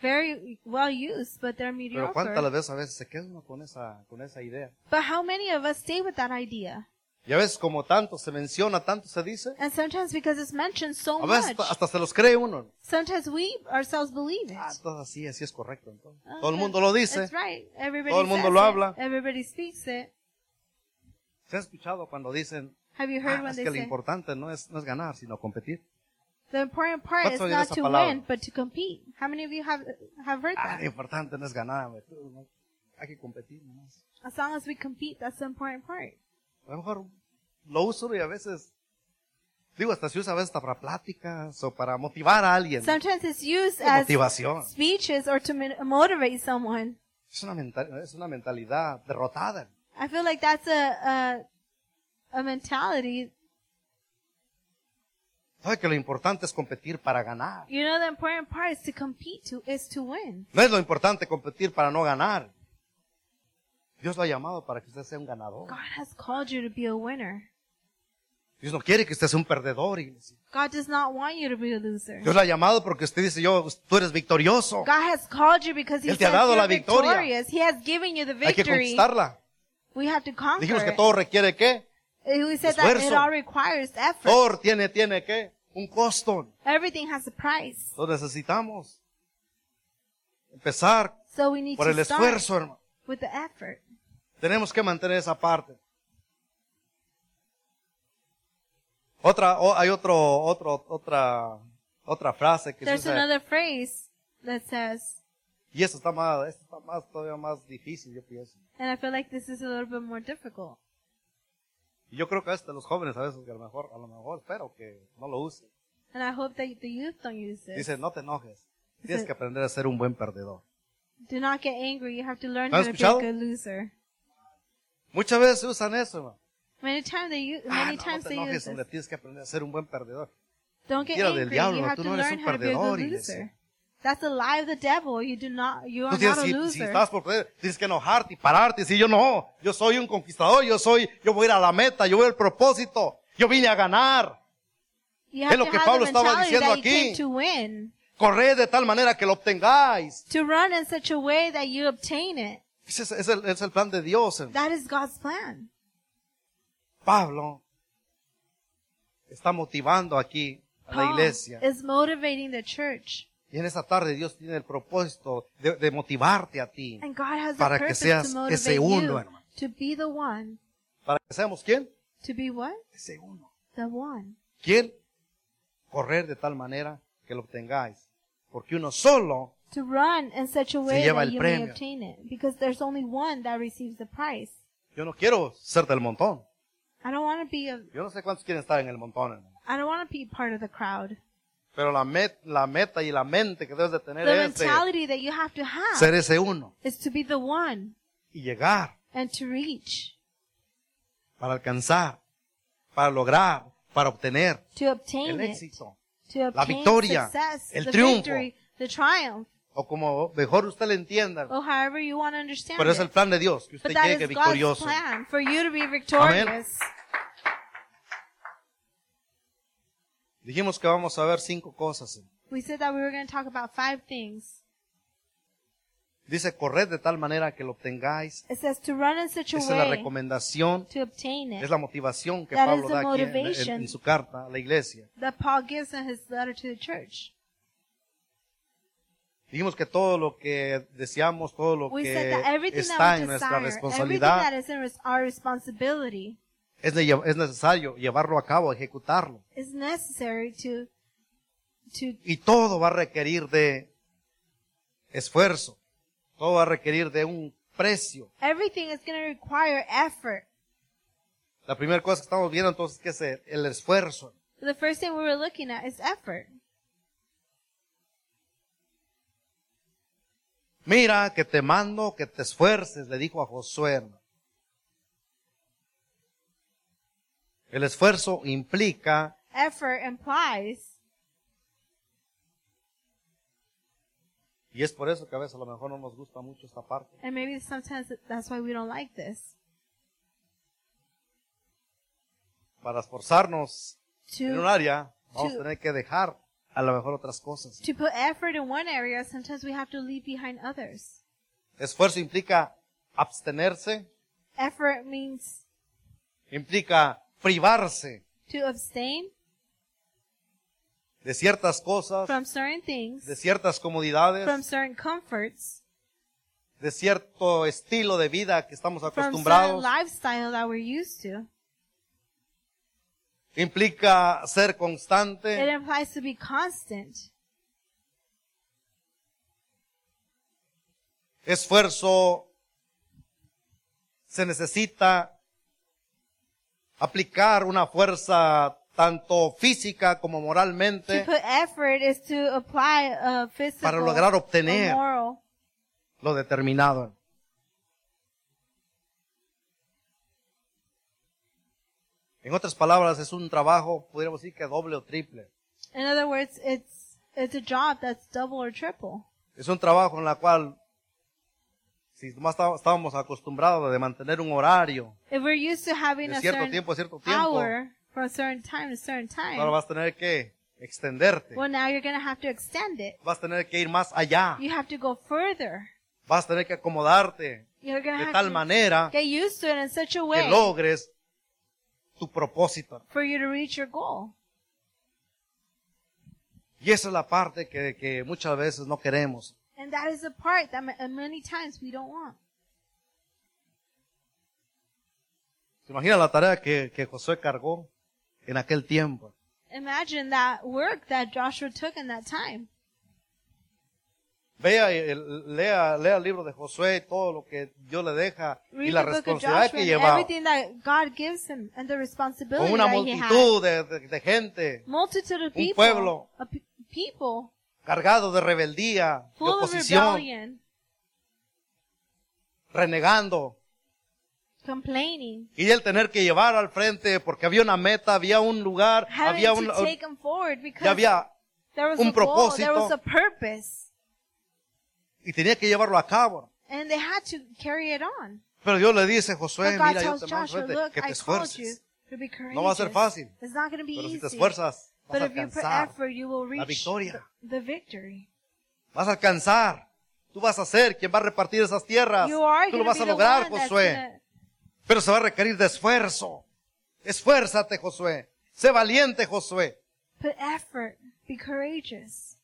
S2: very well used, but they're
S1: Pero cuántas las
S2: mediocre.
S1: veces a veces se queda uno con esa, con esa idea.
S2: But how many of us stay with that idea?
S1: Y a veces como tanto se menciona, tanto se dice,
S2: And sometimes because it's mentioned so
S1: a veces
S2: much,
S1: hasta, hasta se los cree uno.
S2: sometimes we ourselves believe it.
S1: Ah, entonces así, así es correcto. entonces.
S2: Ah,
S1: Todo el mundo lo dice.
S2: That's right. Everybody
S1: Todo el mundo
S2: says
S1: lo
S2: it.
S1: habla.
S2: Everybody speaks it.
S1: ¿Se ha escuchado cuando dicen,
S2: Have you heard
S1: ah,
S2: when
S1: es
S2: they
S1: que lo
S2: say
S1: importante no es, no es ganar, sino competir?
S2: the important part
S1: ¿Cuántos
S2: is
S1: oyen
S2: not
S1: esa
S2: to
S1: palabra?
S2: win but to compete? How many of you have have heard
S1: Ah,
S2: that?
S1: lo importante no es ganar, güey, tú, no, hay que competir nomás.
S2: As long as we compete, that's the important part.
S1: A lo mejor lo uso y a veces, digo, hasta se usa a veces hasta para pláticas o para motivar a alguien.
S2: Sometimes it's used
S1: Es
S2: as
S1: motivación.
S2: speeches or to min- motivate someone.
S1: Es una, menta- es una mentalidad derrotada.
S2: I feel like that's a a, a mentality.
S1: Sabe que lo importante es competir para ganar.
S2: You know, the important part is to compete to is to win.
S1: No es lo importante competir para no ganar. Dios lo ha llamado para que usted sea un ganador.
S2: God has called you to be a winner.
S1: Dios no quiere que usted sea un perdedor. iglesia.
S2: God does not want you to be a loser.
S1: Dios la ha llamado porque usted dice, yo, tú eres victorioso.
S2: God has called you because He
S1: Él
S2: says
S1: te ha dado
S2: you're
S1: la victoria.
S2: victorious. He has given you the
S1: Hay que
S2: victory.
S1: conquistarla.
S2: We have to conquer.
S1: Dijimos que
S2: it.
S1: todo requiere qué?
S2: He said that it
S1: esfuerzo.
S2: all requires effort.
S1: Todo tiene, tiene qué? Un costo.
S2: Everything has a price.
S1: Lo necesitamos. Empezar
S2: So we need
S1: por el
S2: to start
S1: esfuerzo, hermano.
S2: with the effort.
S1: Tenemos que mantener esa parte. Otra, o- hay otro, otro, otra, otra frase que se
S2: There's
S1: usa,
S2: another phrase that says,
S1: y esta está más, esta está más, todavía más difícil, yo pienso.
S2: and I feel like this is a little bit more difficult.
S1: Y yo creo que hasta los jóvenes a veces, que a lo mejor, a lo mejor, espero que no lo usen.
S2: And I hope that the youth don't use this.
S1: Dice, no te enojes. Tienes
S2: Dice-
S1: que aprender a ser un buen perdedor.
S2: Do not get angry. You have to learn
S1: ¿Lo
S2: how
S1: has
S2: to be a
S1: escuchado?
S2: good loser.
S1: Muchas veces usan eso, hermano.
S2: Many times they use,
S1: Ah, no,
S2: many
S1: no
S2: times
S1: te
S2: they use
S1: enojes,
S2: this.
S1: hombre, tienes que aprender a ser un buen perdedor.
S2: Don't get
S1: Mentira del
S2: angry.
S1: diablo,
S2: you have
S1: tú
S2: to
S1: no eres
S2: learn
S1: un
S2: how to be a
S1: perdedor,
S2: good
S1: iglesia.
S2: loser. That's the lie of the devil. You do not. You
S1: Tú
S2: are
S1: tienes,
S2: not a
S1: si, si
S2: loser.
S1: estás por perder, tienes que enojarte y pararte y decir, yo no, yo soy un conquistador, yo soy, yo voy a ir a la meta, yo voy al propósito, yo vine a ganar.
S2: You
S1: Es
S2: have
S1: lo
S2: to
S1: que
S2: have
S1: Pablo
S2: the
S1: estaba
S2: mentality
S1: diciendo
S2: that you came
S1: aquí.
S2: to win,
S1: Corred de tal manera que lo obtengáis.
S2: to run in such a way that you obtain it.
S1: Ese es, es el, es el plan de Dios. hermano.
S2: That is God's plan.
S1: Pablo está motivando aquí a la
S2: Paul
S1: iglesia.
S2: is motivating the church,
S1: Y en esta tarde Dios tiene el propósito de, de motivarte a ti.
S2: and God has
S1: Para
S2: a
S1: que
S2: purpose
S1: seas
S2: to motivate
S1: ese uno,
S2: you
S1: hermano.
S2: to be the one,
S1: Para que seamos quién?
S2: to be what?
S1: Ese uno.
S2: The one.
S1: ¿Quién? Correr de tal manera que lo obtengáis. Porque uno solo
S2: To run in such a way
S1: lleva
S2: that
S1: el
S2: you may
S1: premio.
S2: obtain it, because there's only one that receives the prize.
S1: Yo no quiero ser del montón.
S2: I don't want to be a.
S1: Yo no sé cuántos quieren estar en el montón, hermano.
S2: I don't want to be part of the crowd.
S1: Pero la, met- la meta y la mente que debes de tener
S2: the
S1: es de
S2: mentality that you have to have
S1: ser ese uno
S2: is to be the one
S1: y llegar
S2: and to reach,
S1: para alcanzar, para lograr, para obtener
S2: to obtain
S1: el
S2: it,
S1: éxito.
S2: to obtain
S1: victoria,
S2: success,
S1: el
S2: the
S1: triunfo.
S2: victory, the triumph,
S1: O como mejor usted le entienda.
S2: or however you want to understand
S1: Pero
S2: it.
S1: es el plan de Dios, que usted
S2: Oh, but that
S1: llegue
S2: is God's
S1: victorioso.
S2: plan for you to be victorious.
S1: Dijimos que vamos a ver cinco cosas. hermano.
S2: We said that we were going to talk about five things.
S1: Dice, corred de tal manera que lo obtengáis.
S2: It says to run in such a
S1: Esa es la
S2: way
S1: recomendación,
S2: to obtain
S1: es
S2: it
S1: la motivación que
S2: That
S1: Pablo
S2: is the
S1: da aquí en- en-
S2: motivation.
S1: en su carta a la iglesia.
S2: that Paul gives in his letter to the church.
S1: Dijimos que todo lo que deseamos, todo lo
S2: We said
S1: que
S2: that everything
S1: está
S2: that we
S1: en nuestra
S2: desire, everything that
S1: responsabilidad
S2: is in res- our responsibility,
S1: es, de lle- es necesario llevarlo a cabo, ejecutarlo.
S2: is necessary to to
S1: Y todo va a requerir de esfuerzo, todo va a requerir de un precio.
S2: everything is going to require effort.
S1: La primera cosa que estamos viendo entonces que es el, el esfuerzo.
S2: The first thing we were looking at is effort.
S1: Mira que te mando que te esfuerces, le dijo a Josué. hermano. El esfuerzo implica
S2: Effort implies,
S1: Y es por eso que a veces a lo mejor no nos gusta mucho esta parte.
S2: and maybe sometimes that's why we don't like this,
S1: Para esforzarnos en un
S2: to
S1: área, vamos a
S2: to-
S1: tener que dejar a lo mejor otras cosas.
S2: to put effort in one area. Sometimes we have to leave behind others.
S1: Esfuerzo implica abstenerse,
S2: Effort means
S1: implica privarse
S2: to abstain
S1: de ciertas cosas,
S2: from certain things,
S1: de ciertas
S2: from
S1: comodidades,
S2: certain comforts,
S1: de cierto estilo de vida que estamos
S2: from certain
S1: acostumbrados.
S2: lifestyle that we're used to.
S1: Implica ser
S2: It
S1: constante,
S2: implies to be constant.
S1: esfuerzo. Se necesita aplicar una fuerza tanto física como
S2: To
S1: moralmente
S2: put effort is to apply a physical
S1: para lograr obtener
S2: or moral
S1: lo determinado. En otras palabras, es un trabajo, podríamos decir que doble o triple.
S2: In other words, it's it's a job that's double or triple.
S1: Es un trabajo en la cual, si más estábamos acostumbrados de mantener un horario
S2: If we're used to having
S1: de
S2: a
S1: cierto
S2: certain
S1: tiempo a cierto tiempo,
S2: hour for a certain time to certain
S1: Ahora
S2: time.
S1: vas a tener que extenderte.
S2: Well, now you're going to have to extend it.
S1: Vas a tener que ir más allá.
S2: You have to go further.
S1: Vas a tener que acomodarte
S2: You're going to
S1: de
S2: have
S1: tal
S2: to
S1: manera
S2: get used to it in such
S1: que
S2: a way
S1: logres tu propósito.
S2: for you to reach your goal.
S1: Y esa es la parte que, que muchas veces no queremos.
S2: And that is the part that ma- uh, many times we don't want.
S1: ¿Se imagina la tarea que, que Josué cargó en aquel tiempo?
S2: Imagine that work that Joshua took in that time.
S1: Vea, eh, el- lea, lea el libro de Josué y todo lo que Dios le deja y
S2: Read
S1: la
S2: the book of
S1: responsabilidad
S2: Joshua
S1: que
S2: and
S1: llevaba.
S2: everything that God gives him and the responsibility
S1: Con una
S2: that he had.
S1: multitud de, de- de gente
S2: Multitude
S1: un
S2: of people,
S1: pueblo
S2: a pe- people
S1: cargado de rebeldía, de
S2: full of
S1: oposición,
S2: rebellion,
S1: renegando.
S2: complaining,
S1: Y él tener que llevar al frente porque había una meta, había un lugar,
S2: having
S1: había un,
S2: to take him forward
S1: ya
S2: because
S1: había,
S2: there was
S1: un
S2: a goal, there
S1: propósito.
S2: was a purpose,
S1: y tenía que llevarlo a cabo.
S2: and they had to carry it on.
S1: Pero Dios le dice, Josué,
S2: But God
S1: mira, yo
S2: tells
S1: te mando al
S2: Joshua,
S1: frente,
S2: look,
S1: que te
S2: I called you
S1: esfuerces.
S2: to be courageous.
S1: No va a ser fácil.
S2: It's not going to be
S1: Pero si
S2: easy.
S1: te esfuerzas, vas
S2: but
S1: a
S2: if you put
S1: alcanzar.
S2: effort, you will reach
S1: victoria.
S2: The, the victory.
S1: Vas a alcanzar. Tú vas a ser quien va a repartir esas tierras.
S2: You are
S1: Tú lo
S2: going to
S1: vas
S2: be
S1: a
S2: the
S1: lograr,
S2: one that's
S1: Josué.
S2: gonna-
S1: Pero se va a requerir de esfuerzo. Esfuérzate, Josué. Sé valiente, Josué.
S2: Put effort. Be courageous.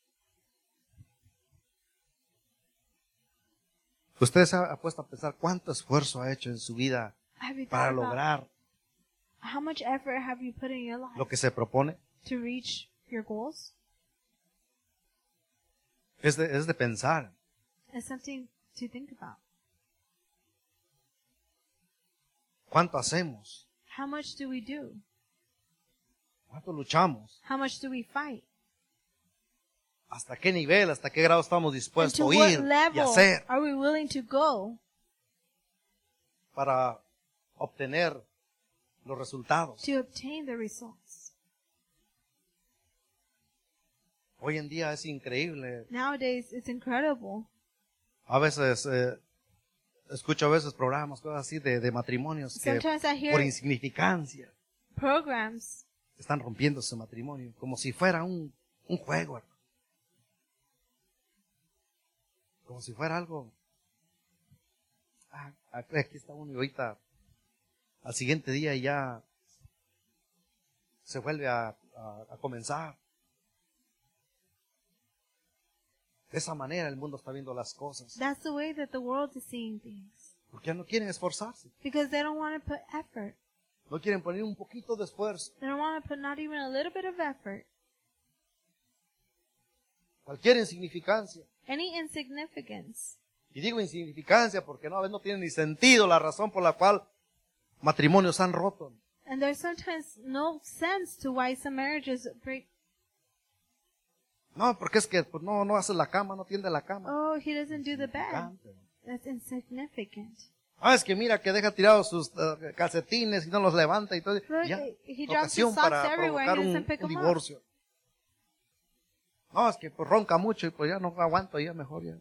S1: Usted se ha puesto a pensar cuánto esfuerzo ha hecho en su vida
S2: Have you
S1: para
S2: thought about
S1: lograr
S2: how much effort have you put in your life
S1: lo que se propone.
S2: to reach your goals?
S1: Es de, es de pensar.
S2: It's something to think about.
S1: ¿Cuánto hacemos?
S2: How much do we do?
S1: ¿Cuánto luchamos?
S2: How much do we fight?
S1: ¿Hasta qué nivel, hasta qué grado estamos
S2: And
S1: dispuestos
S2: to
S1: a
S2: what
S1: ir y
S2: level
S1: hacer
S2: are we willing to go
S1: para obtener los resultados?
S2: to obtain the results?
S1: Hoy en día es increíble
S2: Nowadays, it's incredible.
S1: A veces, eh, escucho a veces programas, cosas así de, de matrimonios que
S2: Sometimes I
S1: por
S2: hear
S1: insignificancia
S2: programs
S1: están rompiendo su matrimonio, como si fuera un, un juego. hermano. Como si fuera algo. Ah, aquí está uno y ahorita al siguiente día ya se vuelve a, a- a comenzar. De esa manera el mundo está viendo las cosas.
S2: That's the way that the world is seeing things
S1: Porque no quieren esforzarse.
S2: because they don't want to put effort.
S1: No quieren poner un poquito de esfuerzo.
S2: They don't want to put not even a little bit of effort.
S1: Cualquier insignificancia.
S2: Any insignificance.
S1: Y digo insignificancia porque no, a veces no tiene ni sentido la razón por la cual matrimonios han roto.
S2: And there's sometimes no sense to why some marriages break.
S1: No, porque es que pues, no, no hace la cama, no tiende la cama.
S2: Oh, he doesn't do the bed.
S1: Insignificante.
S2: That's insignificant.
S1: Ah, es que mira que deja tirados sus eh, calcetines y no los levanta y todo.
S2: Look,
S1: Ya, la
S2: he drops his
S1: ocasión
S2: socks
S1: para
S2: everywhere
S1: provocar
S2: and he
S1: un,
S2: doesn't pick
S1: un
S2: them up.
S1: divorcio. No, es que pues, ronca mucho y pues ya no aguanto, ya mejor ya.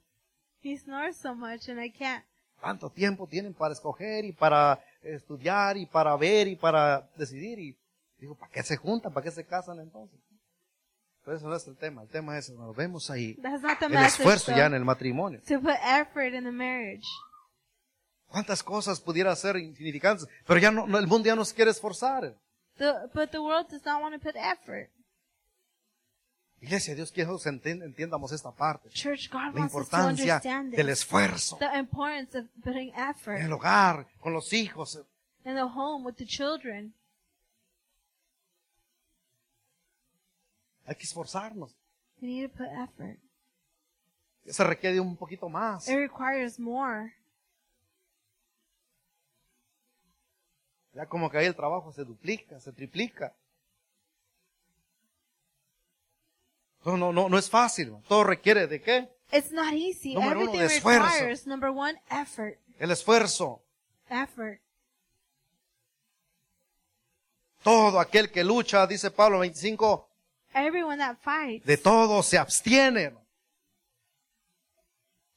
S2: He snores so much and I can't.
S1: Tanto tiempo tienen para escoger y para estudiar y para ver y para decidir. Y digo, ¿para qué se juntan? ¿Para qué se casan entonces? Pero eso no es el tema. El tema es, nos vemos ahí.
S2: That's not the
S1: El
S2: message.
S1: esfuerzo ya en
S2: though,
S1: el matrimonio.
S2: to put effort in the marriage.
S1: ¿Cuántas cosas pudiera ser insignificantes? Pero ya no, no, el mundo ya nos quiere esforzar.
S2: The, but the world does not want to put effort.
S1: Iglesia, Dios quiere que nosotros enten- entiendamos esta parte.
S2: Church, God
S1: La
S2: wants us to
S1: importancia
S2: understand
S1: del
S2: this.
S1: esfuerzo.
S2: the importance of putting
S1: En el
S2: effort
S1: hogar, con los hijos.
S2: in the home with the children.
S1: Hay que esforzarnos.
S2: We need to put effort.
S1: Se requiere un poquito más.
S2: It requires more.
S1: Ya como que ahí el trabajo se duplica, se triplica. No, no, no, no es fácil. Todo requiere de qué?
S2: It's not easy.
S1: Número uno,
S2: Everything
S1: de esfuerzo.
S2: requires number one effort.
S1: El esfuerzo.
S2: Effort.
S1: Todo aquel que lucha, dice Pablo 25,
S2: Everyone that fights,
S1: de todo se abstiene.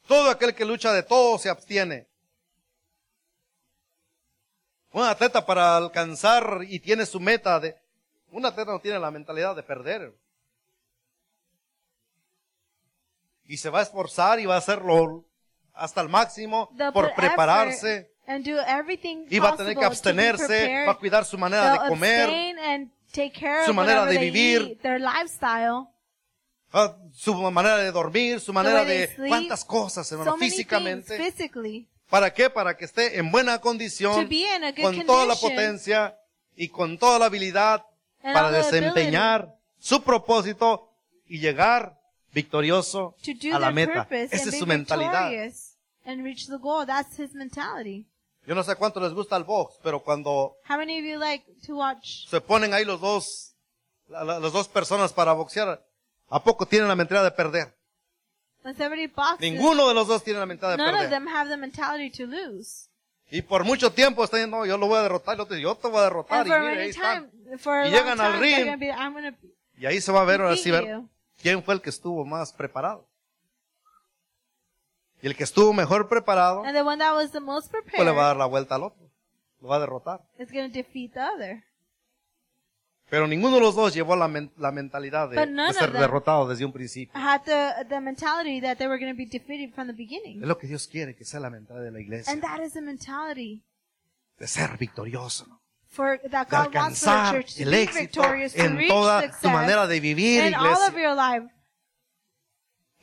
S1: Todo aquel que lucha de todo se abstiene. Un atleta para alcanzar y tiene su meta de, Una tierra no tiene la mentalidad de perder. Y se va a esforzar y va a hacerlo hasta el máximo
S2: They'll
S1: por
S2: put
S1: prepararse.
S2: effort and do everything
S1: Y va a tener que
S2: possible to be
S1: abstenerse,
S2: prepared.
S1: va a cuidar su manera
S2: They'll
S1: de comer,
S2: abstain and take care
S1: su
S2: of
S1: manera
S2: whatever
S1: de
S2: they
S1: vivir.
S2: eat, their lifestyle,
S1: ah, su manera de dormir, su
S2: the
S1: manera
S2: way they
S1: de
S2: sleep,
S1: cuántas cosas, hermano,
S2: so many
S1: físicamente.
S2: things physically.
S1: ¿Para qué? Para que esté en buena condición,
S2: To be in a good
S1: con toda la
S2: condition.
S1: potencia y con toda la habilidad
S2: And
S1: para
S2: all the
S1: desempeñar su propósito y llegar victorioso
S2: to do
S1: a la
S2: their
S1: meta.
S2: purpose
S1: Esa
S2: and
S1: es
S2: be
S1: su mentalidad.
S2: victorious and reach the goal. That's his mentality.
S1: Yo no sé cuánto les gusta el box, pero cuando
S2: How many of you like to watch?
S1: se ponen ahí los dos, la- la- las dos personas para boxear, ¿a poco tienen la mentalidad de perder?
S2: When somebody boxes,
S1: Ninguno de los dos tiene la mentalidad de
S2: none of
S1: perder.
S2: them have the mentality to lose.
S1: Y por mucho tiempo están diciendo, no, yo lo voy a derrotar, yo te, yo te voy a derrotar.
S2: And
S1: Y,
S2: for
S1: mire, ahí
S2: any
S1: están.
S2: time, for a
S1: Y
S2: long
S1: llegan al
S2: time,
S1: ring.
S2: they're gonna be, I'm gonna
S1: Y ahí se va a ver ahora sí
S2: beat
S1: ver
S2: you.
S1: quién fue el que estuvo más preparado. Y el que estuvo mejor preparado,
S2: And the one that was the most
S1: pues
S2: prepared
S1: le va a dar la vuelta al otro. Lo va a derrotar.
S2: is gonna defeat the other.
S1: Pero ninguno de los dos llevó la, men- la mentalidad de,
S2: But none
S1: de ser
S2: of them-
S1: derrotado desde un principio.
S2: Had the the mentality that they were gonna be defeated from the beginning.
S1: Es lo que Dios quiere que sea la mentalidad de la iglesia.
S2: And that is the mentality
S1: De ser victorioso. ¿no?
S2: for that
S1: De
S2: God wants for the
S1: alcanzar
S2: church to
S1: el
S2: be
S1: éxito
S2: victorious, to
S1: en
S2: reach
S1: toda tu manera
S2: success
S1: de vivir,
S2: in all of
S1: iglesia.
S2: your life.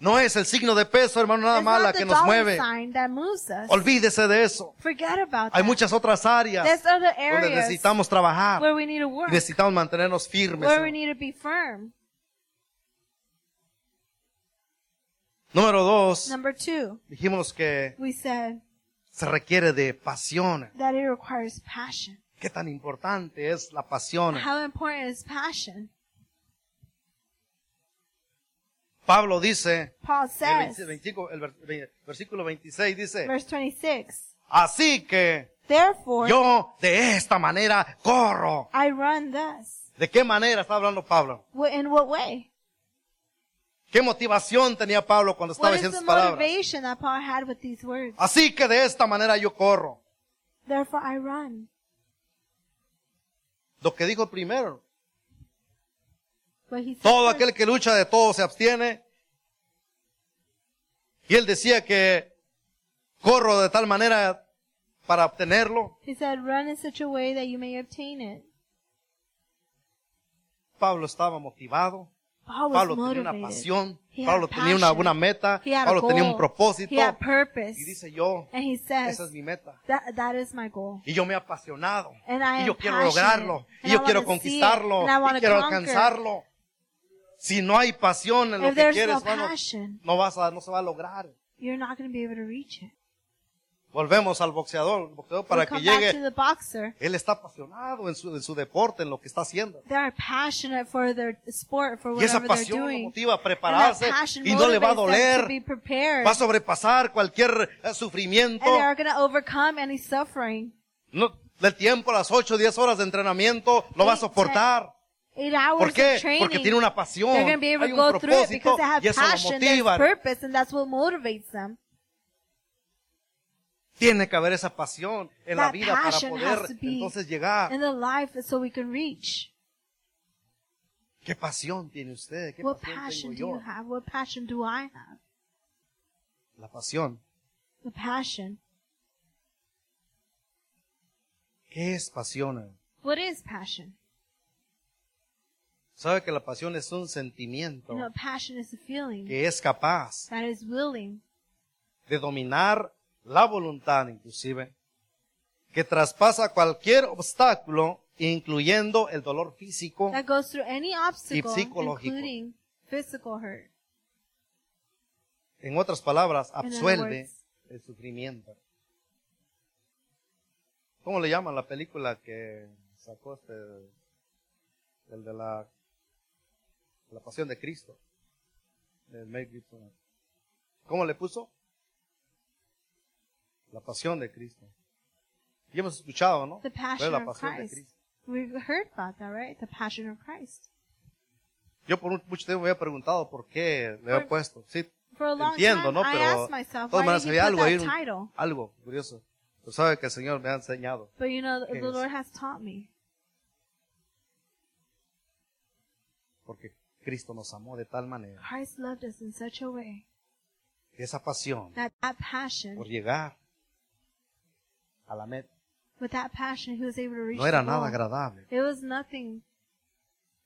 S1: No es el signo de peso, hermano, nada
S2: It's
S1: más
S2: not
S1: la
S2: the
S1: que nos
S2: dollar
S1: mueve.
S2: sign that moves us.
S1: Olvídese de eso.
S2: Forget about
S1: Hay
S2: that.
S1: muchas otras áreas
S2: There's other
S1: donde
S2: areas
S1: necesitamos trabajar.
S2: where we need to
S1: Y
S2: work,
S1: necesitamos mantenernos firmes.
S2: where we
S1: ¿no?
S2: need to be firm.
S1: Número dos,
S2: Number two,
S1: dijimos que
S2: we said
S1: se requiere de pasión.
S2: that it requires passion.
S1: ¿Qué tan importante es la pasión?
S2: How important is passion?
S1: Pablo dice,
S2: Paul
S1: en el,
S2: says,
S1: 25, el vers- ve- versículo 26 dice,
S2: verse 26,
S1: así que
S2: Therefore,
S1: yo de esta manera corro.
S2: I run thus.
S1: ¿De qué manera está hablando Pablo?
S2: Wh- In what way?
S1: ¿Qué motivación tenía Pablo cuando estaba
S2: What is
S1: diciendo
S2: the
S1: sus palabras? Ah.
S2: motivation that Paul had with these words?
S1: Así que de esta manera yo corro.
S2: Therefore, I run.
S1: Lo que dijo primero,
S2: But he said,
S1: Todo
S2: first,
S1: aquel que lucha de todo se abstiene. Y él decía que corro de tal manera para obtenerlo.
S2: he said, run in such a way that you may obtain it.
S1: Pablo estaba motivado.
S2: Paul was
S1: Pablo tenía una
S2: motivated.
S1: pasión.
S2: He had
S1: Pablo tenía una,
S2: passion.
S1: una meta.
S2: He had a
S1: Pablo tenía un
S2: goal.
S1: propósito.
S2: He had purpose.
S1: Y dice yo,
S2: and he says,
S1: esa es mi meta.
S2: that, that is my goal.
S1: Y yo me he apasionado.
S2: And I
S1: Y
S2: am
S1: yo quiero
S2: passionate.
S1: lograrlo. Y
S2: And I
S1: yo
S2: wanna
S1: quiero
S2: see it.
S1: conquistarlo.
S2: And I
S1: Y
S2: wanna
S1: quiero
S2: conquer.
S1: alcanzarlo. Si no hay pasión en lo
S2: If
S1: que
S2: there's
S1: quieres,
S2: no
S1: hermano,
S2: passion,
S1: no, vas a, no se va a lograr.
S2: you're not going to be able to reach it.
S1: Volvemos al boxeador, el boxeador para
S2: we
S1: que
S2: come back
S1: llegue.
S2: to the boxer.
S1: Él está apasionado en su, en su deporte, en lo que está haciendo.
S2: They are passionate for their sport, for
S1: Y esa
S2: whatever they're
S1: pasión lo
S2: doing.
S1: motiva a
S2: And that
S1: prepararse
S2: passion
S1: y no le va a
S2: motivates them to be
S1: doler.
S2: prepared.
S1: Va a sobrepasar cualquier eh,
S2: And
S1: sufrimiento.
S2: they are going to overcome any suffering.
S1: No, el tiempo, las 8 10 horas de entrenamiento, lo va a
S2: Eight,
S1: soportar.
S2: Eight hours
S1: ¿Por qué?
S2: of training.
S1: Porque tiene una pasión,
S2: They're going to be able
S1: hay
S2: to
S1: un
S2: go through it
S1: propósito
S2: because they have
S1: y eso lo
S2: passion, there's
S1: motiva.
S2: purpose, and that's what motivates them.
S1: Tiene que haber esa pasión en la
S2: That
S1: vida para
S2: passion
S1: poder
S2: has to be
S1: entonces llegar.
S2: In the life, so we can reach.
S1: ¿Qué pasión tiene usted? ¿Qué
S2: What
S1: pasión
S2: passion do
S1: tengo
S2: you
S1: yo?
S2: have? What passion do I have?
S1: La pasión.
S2: The passion.
S1: ¿Qué es pasión?
S2: What is passion?
S1: Sabe que la pasión es un sentimiento
S2: You know, passion is a feeling
S1: que es capaz
S2: that is willing,
S1: de dominar la voluntad inclusive, que traspasa cualquier obstáculo, incluyendo el dolor físico.
S2: that goes through any obstacle,
S1: psicológico.
S2: including physical hurt.
S1: En otras palabras,
S2: other
S1: absuelve
S2: words.
S1: el sufrimiento. ¿Cómo le llaman la película que sacó este, el de la, la pasión de Cristo? De Mel Gibson. ¿Cómo le puso? La pasión de Cristo. Y hemos escuchado, ¿no?
S2: The
S1: Pero es
S2: passion
S1: la
S2: of
S1: pasión de
S2: Christ.
S1: Cristo.
S2: We've heard about that, right? The passion of Christ.
S1: Yo por un- mucho tiempo me había preguntado por qué le había
S2: Por-
S1: puesto. Sí,
S2: For a long
S1: entiendo,
S2: time,
S1: ¿no?
S2: I
S1: Pero
S2: asked myself,
S1: todas
S2: why
S1: maneras
S2: did he
S1: había
S2: put
S1: algo
S2: that
S1: ahí, un-
S2: title?
S1: algo curioso. Pero sabe que el Señor me ha enseñado.
S2: But you know,
S1: ¿Qué
S2: the
S1: es?
S2: Lord has taught me.
S1: porque Cristo nos amó de tal manera.
S2: Christ loved us in such a way
S1: Y esa pasión
S2: that that
S1: por
S2: passion,
S1: llegar a la meta
S2: with that passion, he was able to reach
S1: no era
S2: the
S1: nada
S2: goal.
S1: agradable.
S2: It was nothing.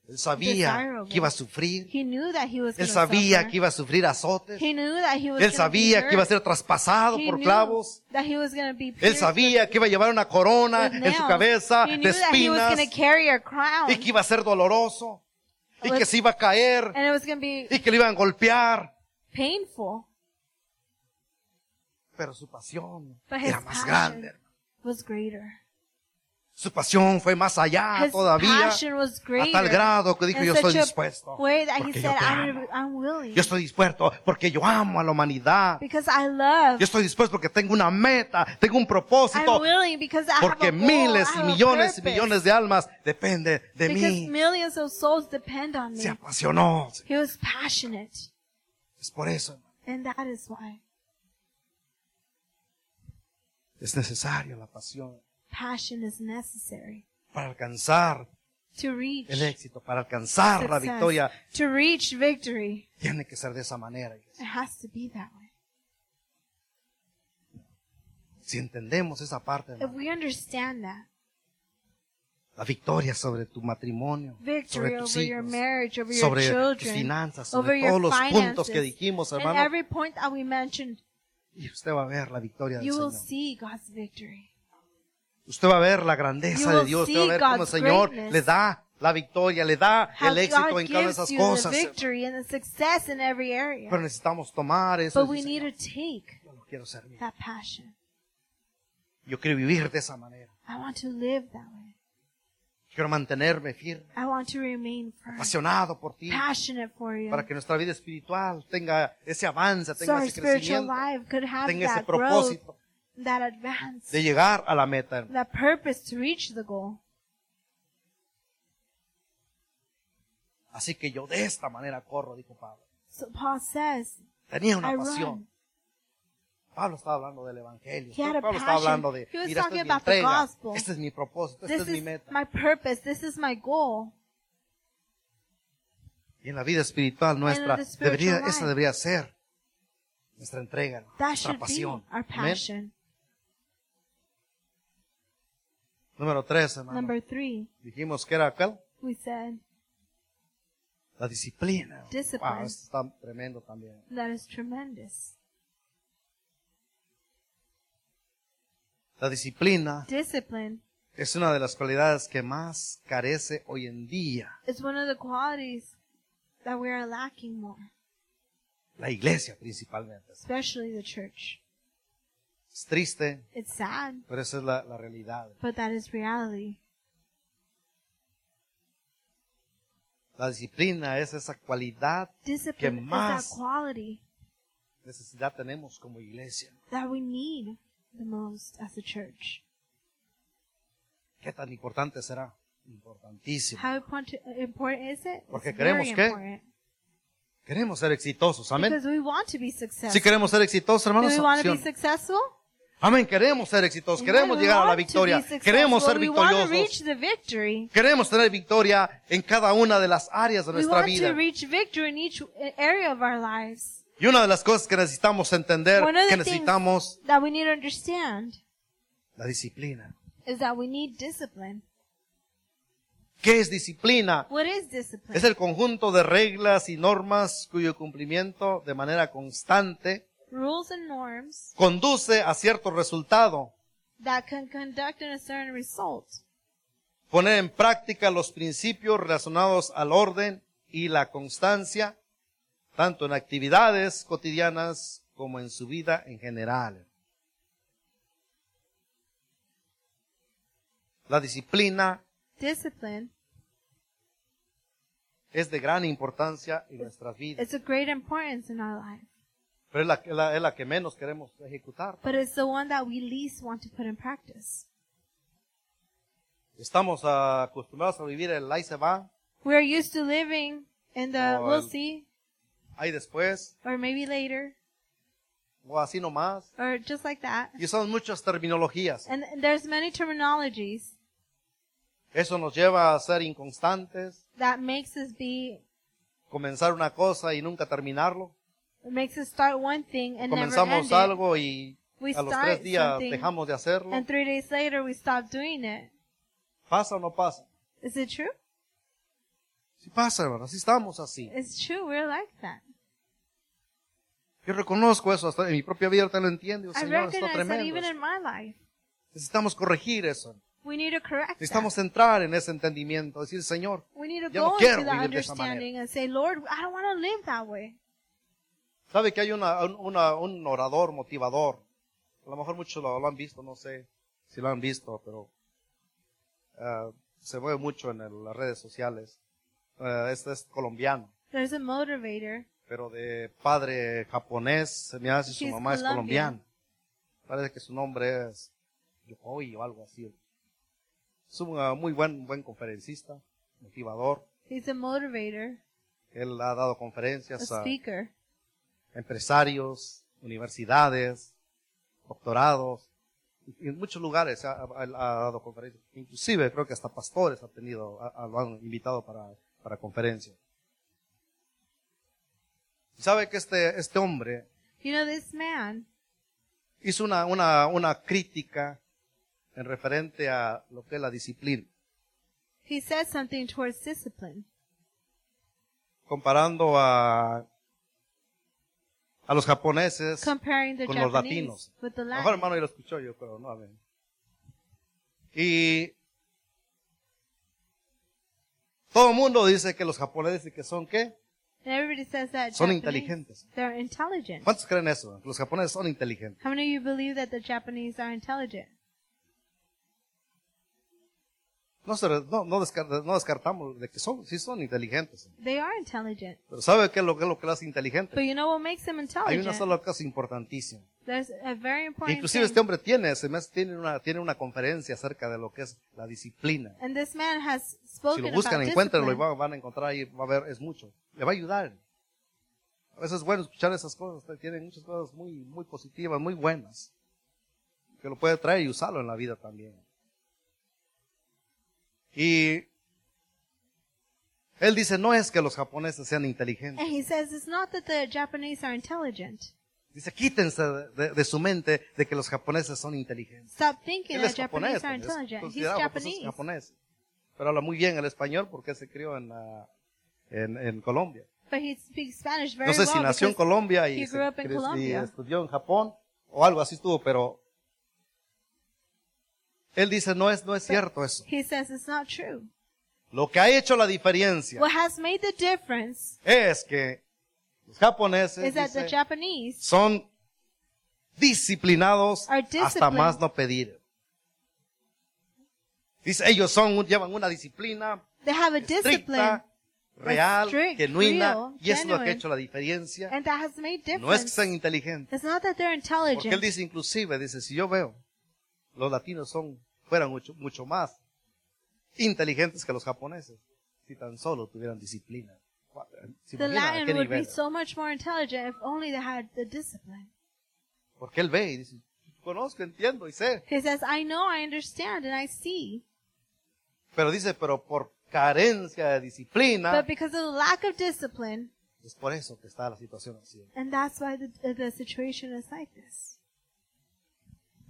S1: Él sabía
S2: Desirable.
S1: que iba a sufrir.
S2: He knew that he was
S1: Él
S2: going
S1: sabía que iba a sufrir azotes.
S2: He knew that he was
S1: Él
S2: gonna be
S1: sabía que iba a
S2: hurt.
S1: ser traspasado
S2: He
S1: por
S2: knew
S1: clavos.
S2: that he was gonna be
S1: Él
S2: pierced
S1: sabía que iba a llevar una corona
S2: with
S1: en su
S2: nails.
S1: cabeza
S2: He
S1: de
S2: knew that he was
S1: espinas
S2: gonna carry a crown,
S1: y que iba a ser doloroso y
S2: With-
S1: que se iba a caer
S2: and it was gonna be
S1: y que le iban a golpear.
S2: painful.
S1: Pero su pasión
S2: But his
S1: era más
S2: passion
S1: grande. hermano.
S2: Was greater.
S1: Su pasión fue más allá
S2: His
S1: Ah, todavía.
S2: passion was greater.
S1: tal grado que dijo,
S2: in
S1: "Yo estoy
S2: such a
S1: dispuesto,
S2: Way that he
S1: porque yo
S2: said,
S1: te
S2: I'm,
S1: amo.
S2: I'm willing.
S1: Yo estoy dispuesto porque yo amo a la humanidad.
S2: because I love.
S1: Yo estoy dispuesto porque tengo una meta, tengo un propósito,
S2: I'm willing because I
S1: porque
S2: have a goal,
S1: miles
S2: I
S1: y
S2: have a
S1: millones y
S2: purpose.
S1: millones de almas dependen de
S2: Because
S1: mí.
S2: millions of souls depend on me.
S1: Se apasionó.
S2: He was passionate.
S1: Es por eso hermano,
S2: And that is why
S1: es necesario la pasión
S2: passion is necessary
S1: para alcanzar
S2: to reach
S1: el éxito, para alcanzar la
S2: success,
S1: victoria.
S2: to reach victory.
S1: Tiene que ser de esa manera. iglesia.
S2: It has to be that way.
S1: Si entendemos esa parte,
S2: If
S1: hermano,
S2: we understand that,
S1: la victoria sobre tu matrimonio, sobre
S2: victory
S1: tus
S2: over your
S1: hijos,
S2: marriage, over your
S1: sobre tus
S2: children,
S1: finanzas,
S2: over
S1: sobre
S2: your
S1: todos los puntos que
S2: finances,
S1: dijimos,
S2: and
S1: hermano,
S2: every point that we mentioned,
S1: y usted va a ver la victoria del
S2: you will
S1: Señor.
S2: see God's victory.
S1: Usted va a ver la
S2: You
S1: grandeza
S2: will
S1: de Dios, usted va a
S2: see
S1: ver cómo el
S2: God's
S1: Señor
S2: greatness.
S1: le da la victoria, le da
S2: How
S1: el éxito
S2: God
S1: en cada una de
S2: gives
S1: esas
S2: you the
S1: cosas.
S2: victory and the success in every area.
S1: Pero necesitamos tomar eso.
S2: But we
S1: y decir,
S2: need to take
S1: Yo no quiero ser mío.
S2: that passion.
S1: Yo quiero vivir de esa manera.
S2: I want to live that way.
S1: Quiero mantenerme firme,
S2: I want to remain firm,
S1: apasionado por ti,
S2: passionate for you,
S1: para que nuestra vida espiritual tenga ese avance,
S2: so
S1: tenga
S2: our
S1: ese
S2: spiritual
S1: crecimiento,
S2: life could have
S1: tenga ese
S2: that growth,
S1: propósito
S2: that advance,
S1: de llegar a la meta. hermano.
S2: that purpose to reach the goal.
S1: Así que yo de esta manera corro, dijo Pablo.
S2: So Paul says,
S1: Tenía una
S2: I
S1: pasión.
S2: run.
S1: Pablo estaba hablando del evangelio.
S2: He had a
S1: Pablo estaba
S2: passion.
S1: hablando de,
S2: He was
S1: mira, esta
S2: talking
S1: es mi
S2: about the
S1: entrega,
S2: gospel.
S1: este es mi propósito, esta
S2: This
S1: es mi
S2: is
S1: meta.
S2: my purpose. This is my goal.
S1: Y en la vida espiritual nuestra,
S2: the spiritual
S1: debería,
S2: life.
S1: esa debería ser nuestra entrega,
S2: That
S1: nuestra
S2: should be
S1: pasión.
S2: our
S1: Amén.
S2: passion.
S1: Número tres, hermano.
S2: Number three,
S1: Dijimos que era cuál?
S2: we said
S1: La disciplina.
S2: Discipline.
S1: Wow, esto está tremendo también.
S2: that is tremendous.
S1: La disciplina
S2: Discipline
S1: es una de las cualidades que más carece hoy en día
S2: is one of the qualities that we are lacking more,
S1: la iglesia principalmente.
S2: especially the church.
S1: Es triste,
S2: It's sad,
S1: pero esa es la, la realidad.
S2: but that is reality.
S1: La disciplina es esa cualidad,
S2: Discipline is that
S1: más-
S2: quality
S1: necesidad tenemos como iglesia.
S2: that we need the most as a church.
S1: ¿Qué tan importante será? Importantísimo.
S2: How important, important is it?
S1: Porque
S2: It's very
S1: queremos que-
S2: important.
S1: Queremos ser exitosos, amén.
S2: Because we want to be
S1: Si
S2: successful.
S1: queremos ser exitosos,
S2: Do
S1: hermanos,
S2: we
S1: ¿sí
S2: want
S1: o
S2: to be
S1: no?
S2: successful?
S1: amén. Queremos ser exitosos, queremos
S2: We
S1: llegar a la
S2: want to be
S1: victoria,
S2: successful.
S1: queremos ser
S2: We want to reach
S1: victoriosos,
S2: the victory.
S1: queremos tener victoria en cada una de las áreas de
S2: We
S1: nuestra
S2: want to
S1: vida.
S2: reach victory in each area of our lives.
S1: Y una de las cosas que necesitamos entender,
S2: One of
S1: que
S2: the
S1: necesitamos
S2: things that we need to understand
S1: la disciplina.
S2: is that we need discipline.
S1: ¿Qué es disciplina?
S2: What is discipline?
S1: Es el conjunto de reglas y normas cuyo cumplimiento de manera constante
S2: Rules and norms
S1: conduce a cierto resultado.
S2: that can conduct in a certain result.
S1: Poner en práctica los principios relacionados al orden y la constancia, tanto en actividades cotidianas como en su vida en general. La disciplina
S2: Discipline
S1: es de gran importancia en nuestras vidas,
S2: is of great importance in our life,
S1: pero es la, es la- es la que menos queremos ejecutar.
S2: but it's the one that we least want to put in practice.
S1: Estamos ah, acostumbrados a vivir el ahí se va,
S2: We're used to living in the
S1: Oh,
S2: we'll
S1: el-
S2: see,
S1: ahí después,
S2: or maybe later,
S1: o así nomás.
S2: or just like that.
S1: Y usamos muchas terminologías.
S2: And there's many terminologies
S1: Eso nos lleva a ser inconstantes,
S2: that makes us be
S1: comenzar una cosa y nunca terminarlo.
S2: It makes us start one thing and never end
S1: Comenzamos
S2: it.
S1: algo y
S2: We
S1: a los
S2: start
S1: tres días
S2: something
S1: dejamos de hacerlo.
S2: And three days later, we stop doing it.
S1: ¿Pasa o no pasa?
S2: Is it true?
S1: Sí pasa, hermano, sí estamos así.
S2: It's true. We're like that.
S1: Yo reconozco eso, hasta en mi propia vida ahorita lo entiendo. digo,
S2: I
S1: Señor, está
S2: recognize that
S1: tremendo.
S2: even
S1: eso".
S2: in my life.
S1: Necesitamos corregir eso.
S2: We need to correct
S1: Necesitamos
S2: that.
S1: entrar en ese entendimiento, decir, Señor,
S2: We need to
S1: Ya no
S2: go
S1: quiero
S2: into that
S1: vivir de esa manera.
S2: understanding and say, Lord, I don't want to live that way.
S1: sabe que hay una, un- una- un orador motivador. A lo mejor muchos lo, lo han visto, no sé si lo han visto, pero ah, se mueve mucho en el- las redes sociales. Ah, este es colombiano,
S2: There's a motivator.
S1: pero de padre japonés, se me hace su
S2: She's
S1: mamá es
S2: Colombian.
S1: colombiana. Parece que su nombre es Yokoi o algo así. Es un ah, muy buen, buen conferencista, motivador.
S2: He's a motivator,
S1: Él ha dado
S2: a
S1: conferencias a
S2: speaker.
S1: empresarios, universidades, doctorados, y en muchos lugares ha, ha- ha dado conferencias. Inclusive creo que hasta pastores ha tenido, ha- ha- lo han invitado para, para conferencias. Y Sabe que este, este hombre
S2: You know, this man,
S1: hizo una, una, una crítica en referente a lo que es la disciplina,
S2: he said something towards discipline.
S1: comparando a, a los japoneses.
S2: Comparing the
S1: con los
S2: Japanese
S1: latinos.
S2: with the
S1: A lo mejor
S2: Latin.
S1: hermano ya lo escuchó yo, pero no, a ver. Y todo el mundo dice que los japoneses que son qué?
S2: And everybody says that
S1: Son
S2: Japanese,
S1: inteligentes.
S2: they're intelligent.
S1: ¿Cuántos creen eso? Que los japoneses son inteligentes.
S2: How many of you believe that the Japanese are intelligent?
S1: No, se re- no, no descar- no descartamos de que son, sí son inteligentes.
S2: They are intelligent.
S1: Pero ¿sabe qué es lo, qué es lo que las hace
S2: But
S1: inteligente?
S2: you know what makes them
S1: Hay
S2: intelligent?
S1: una sola cosa importantísima.
S2: There's a very important
S1: Inclusive este
S2: thing.
S1: hombre tiene, se me hace- tiene, una, tiene una conferencia acerca de lo que es la disciplina.
S2: And this man has
S1: Si
S2: spoken
S1: lo buscan,
S2: about
S1: encuéntrenlo y
S2: discipline.
S1: van, van a encontrar ahí, va a ver, es mucho. Le va a ayudar. A veces es bueno escuchar esas cosas, tienen muchas cosas muy, muy positivas, muy buenas, que lo puede traer y usarlo en la vida también. Y él dice, no es que los japoneses sean inteligentes.
S2: And he says it's not that the Japanese are intelligent.
S1: Dice, quítense de, de- de su mente de que los japoneses son inteligentes.
S2: Stop thinking
S1: Él es
S2: that
S1: japonés,
S2: Japanese are
S1: pues, es
S2: intelligent. He's
S1: considerado, pues, es
S2: Japanese.
S1: japonés. Pero habla muy bien el español porque se crió en, ah, en- en Colombia.
S2: But he speaks Spanish very
S1: No sé si
S2: well.
S1: nació en
S2: because
S1: Colombia
S2: he
S1: y, se-
S2: grew up in
S1: y
S2: Colombia.
S1: estudió en Japón o algo así estuvo, pero él dice no es no es cierto eso.
S2: He says it's not true.
S1: Lo que ha hecho la diferencia
S2: What has made the difference
S1: es que los japoneses
S2: is that the
S1: dice,
S2: Japanese
S1: son disciplinados
S2: Are
S1: hasta
S2: disciplined.
S1: más no pedir. Dice ellos son llevan una disciplina
S2: they have a discipline
S1: estricta, real,
S2: strict,
S1: genuina
S2: real,
S1: y eso es lo que ha
S2: genuine.
S1: hecho la diferencia.
S2: and that has made
S1: No es que
S2: difference.
S1: sean inteligentes.
S2: It's not that they're
S1: Porque él
S2: intelligent.
S1: dice inclusive, dice, si yo veo, los latinos son, fueran mucho, mucho más inteligentes que los japoneses, si tan solo tuvieran disciplina. Si
S2: The Latin would be
S1: nivel.
S2: so much more intelligent if only they had the discipline.
S1: Porque él ve y dice, conozco, entiendo y sé.
S2: He says, I know, I understand, and I see.
S1: Pero dice, pero por carencia de disciplina,
S2: But because of the lack of discipline,
S1: es por eso que está la situación así.
S2: and that's why the, the situation is like this.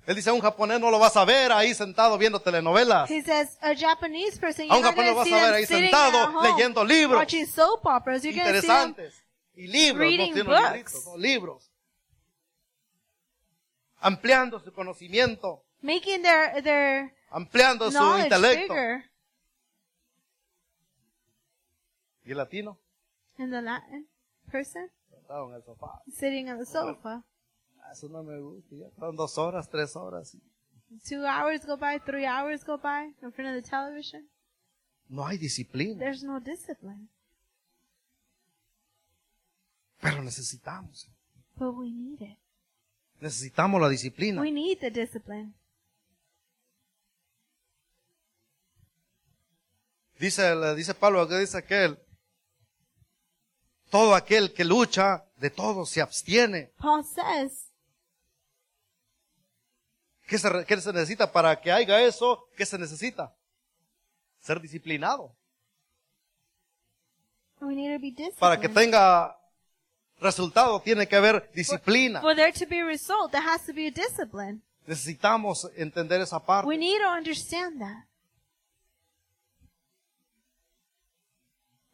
S1: Él dice, a un japonés no lo vas a ver ahí sentado viendo telenovelas.
S2: He says, a Japanese person,
S1: A
S2: you're
S1: un
S2: not
S1: japonés
S2: going to
S1: vas
S2: see
S1: a ver
S2: them
S1: ahí
S2: sitting at
S1: sentado
S2: home
S1: leyendo libros
S2: watching soap operas. You're going to see them.
S1: interesantes y libros, no
S2: reading
S1: tiene
S2: books.
S1: libritos, no, libros, ampliando su conocimiento,
S2: making their their
S1: ampliando su
S2: knowledge
S1: intelecto.
S2: bigger
S1: Y el latino,
S2: in the Latin person
S1: sentado en el sofá.
S2: sitting on the sofa.
S1: "Ah, Eso no me gusta, ya están dos horas, tres horas.
S2: Two hours go by, three hours go by in front of the television.
S1: No hay disciplina,
S2: There's no discipline,
S1: pero necesitamos,
S2: but we need it.
S1: necesitamos la disciplina.
S2: We need the discipline.
S1: Dice, le dice Pablo, que dice aquel, todo aquel que lucha, de todo se abstiene.
S2: Paul says,
S1: ¿Qué se, re- qué se necesita para que haya eso? ¿Qué se necesita? Ser disciplinado.
S2: We need to be disciplined.
S1: Para que tenga resultado tiene que haber disciplina.
S2: For there to be a result, there has to be a discipline.
S1: Necesitamos entender esa
S2: We
S1: parte.
S2: need to understand that.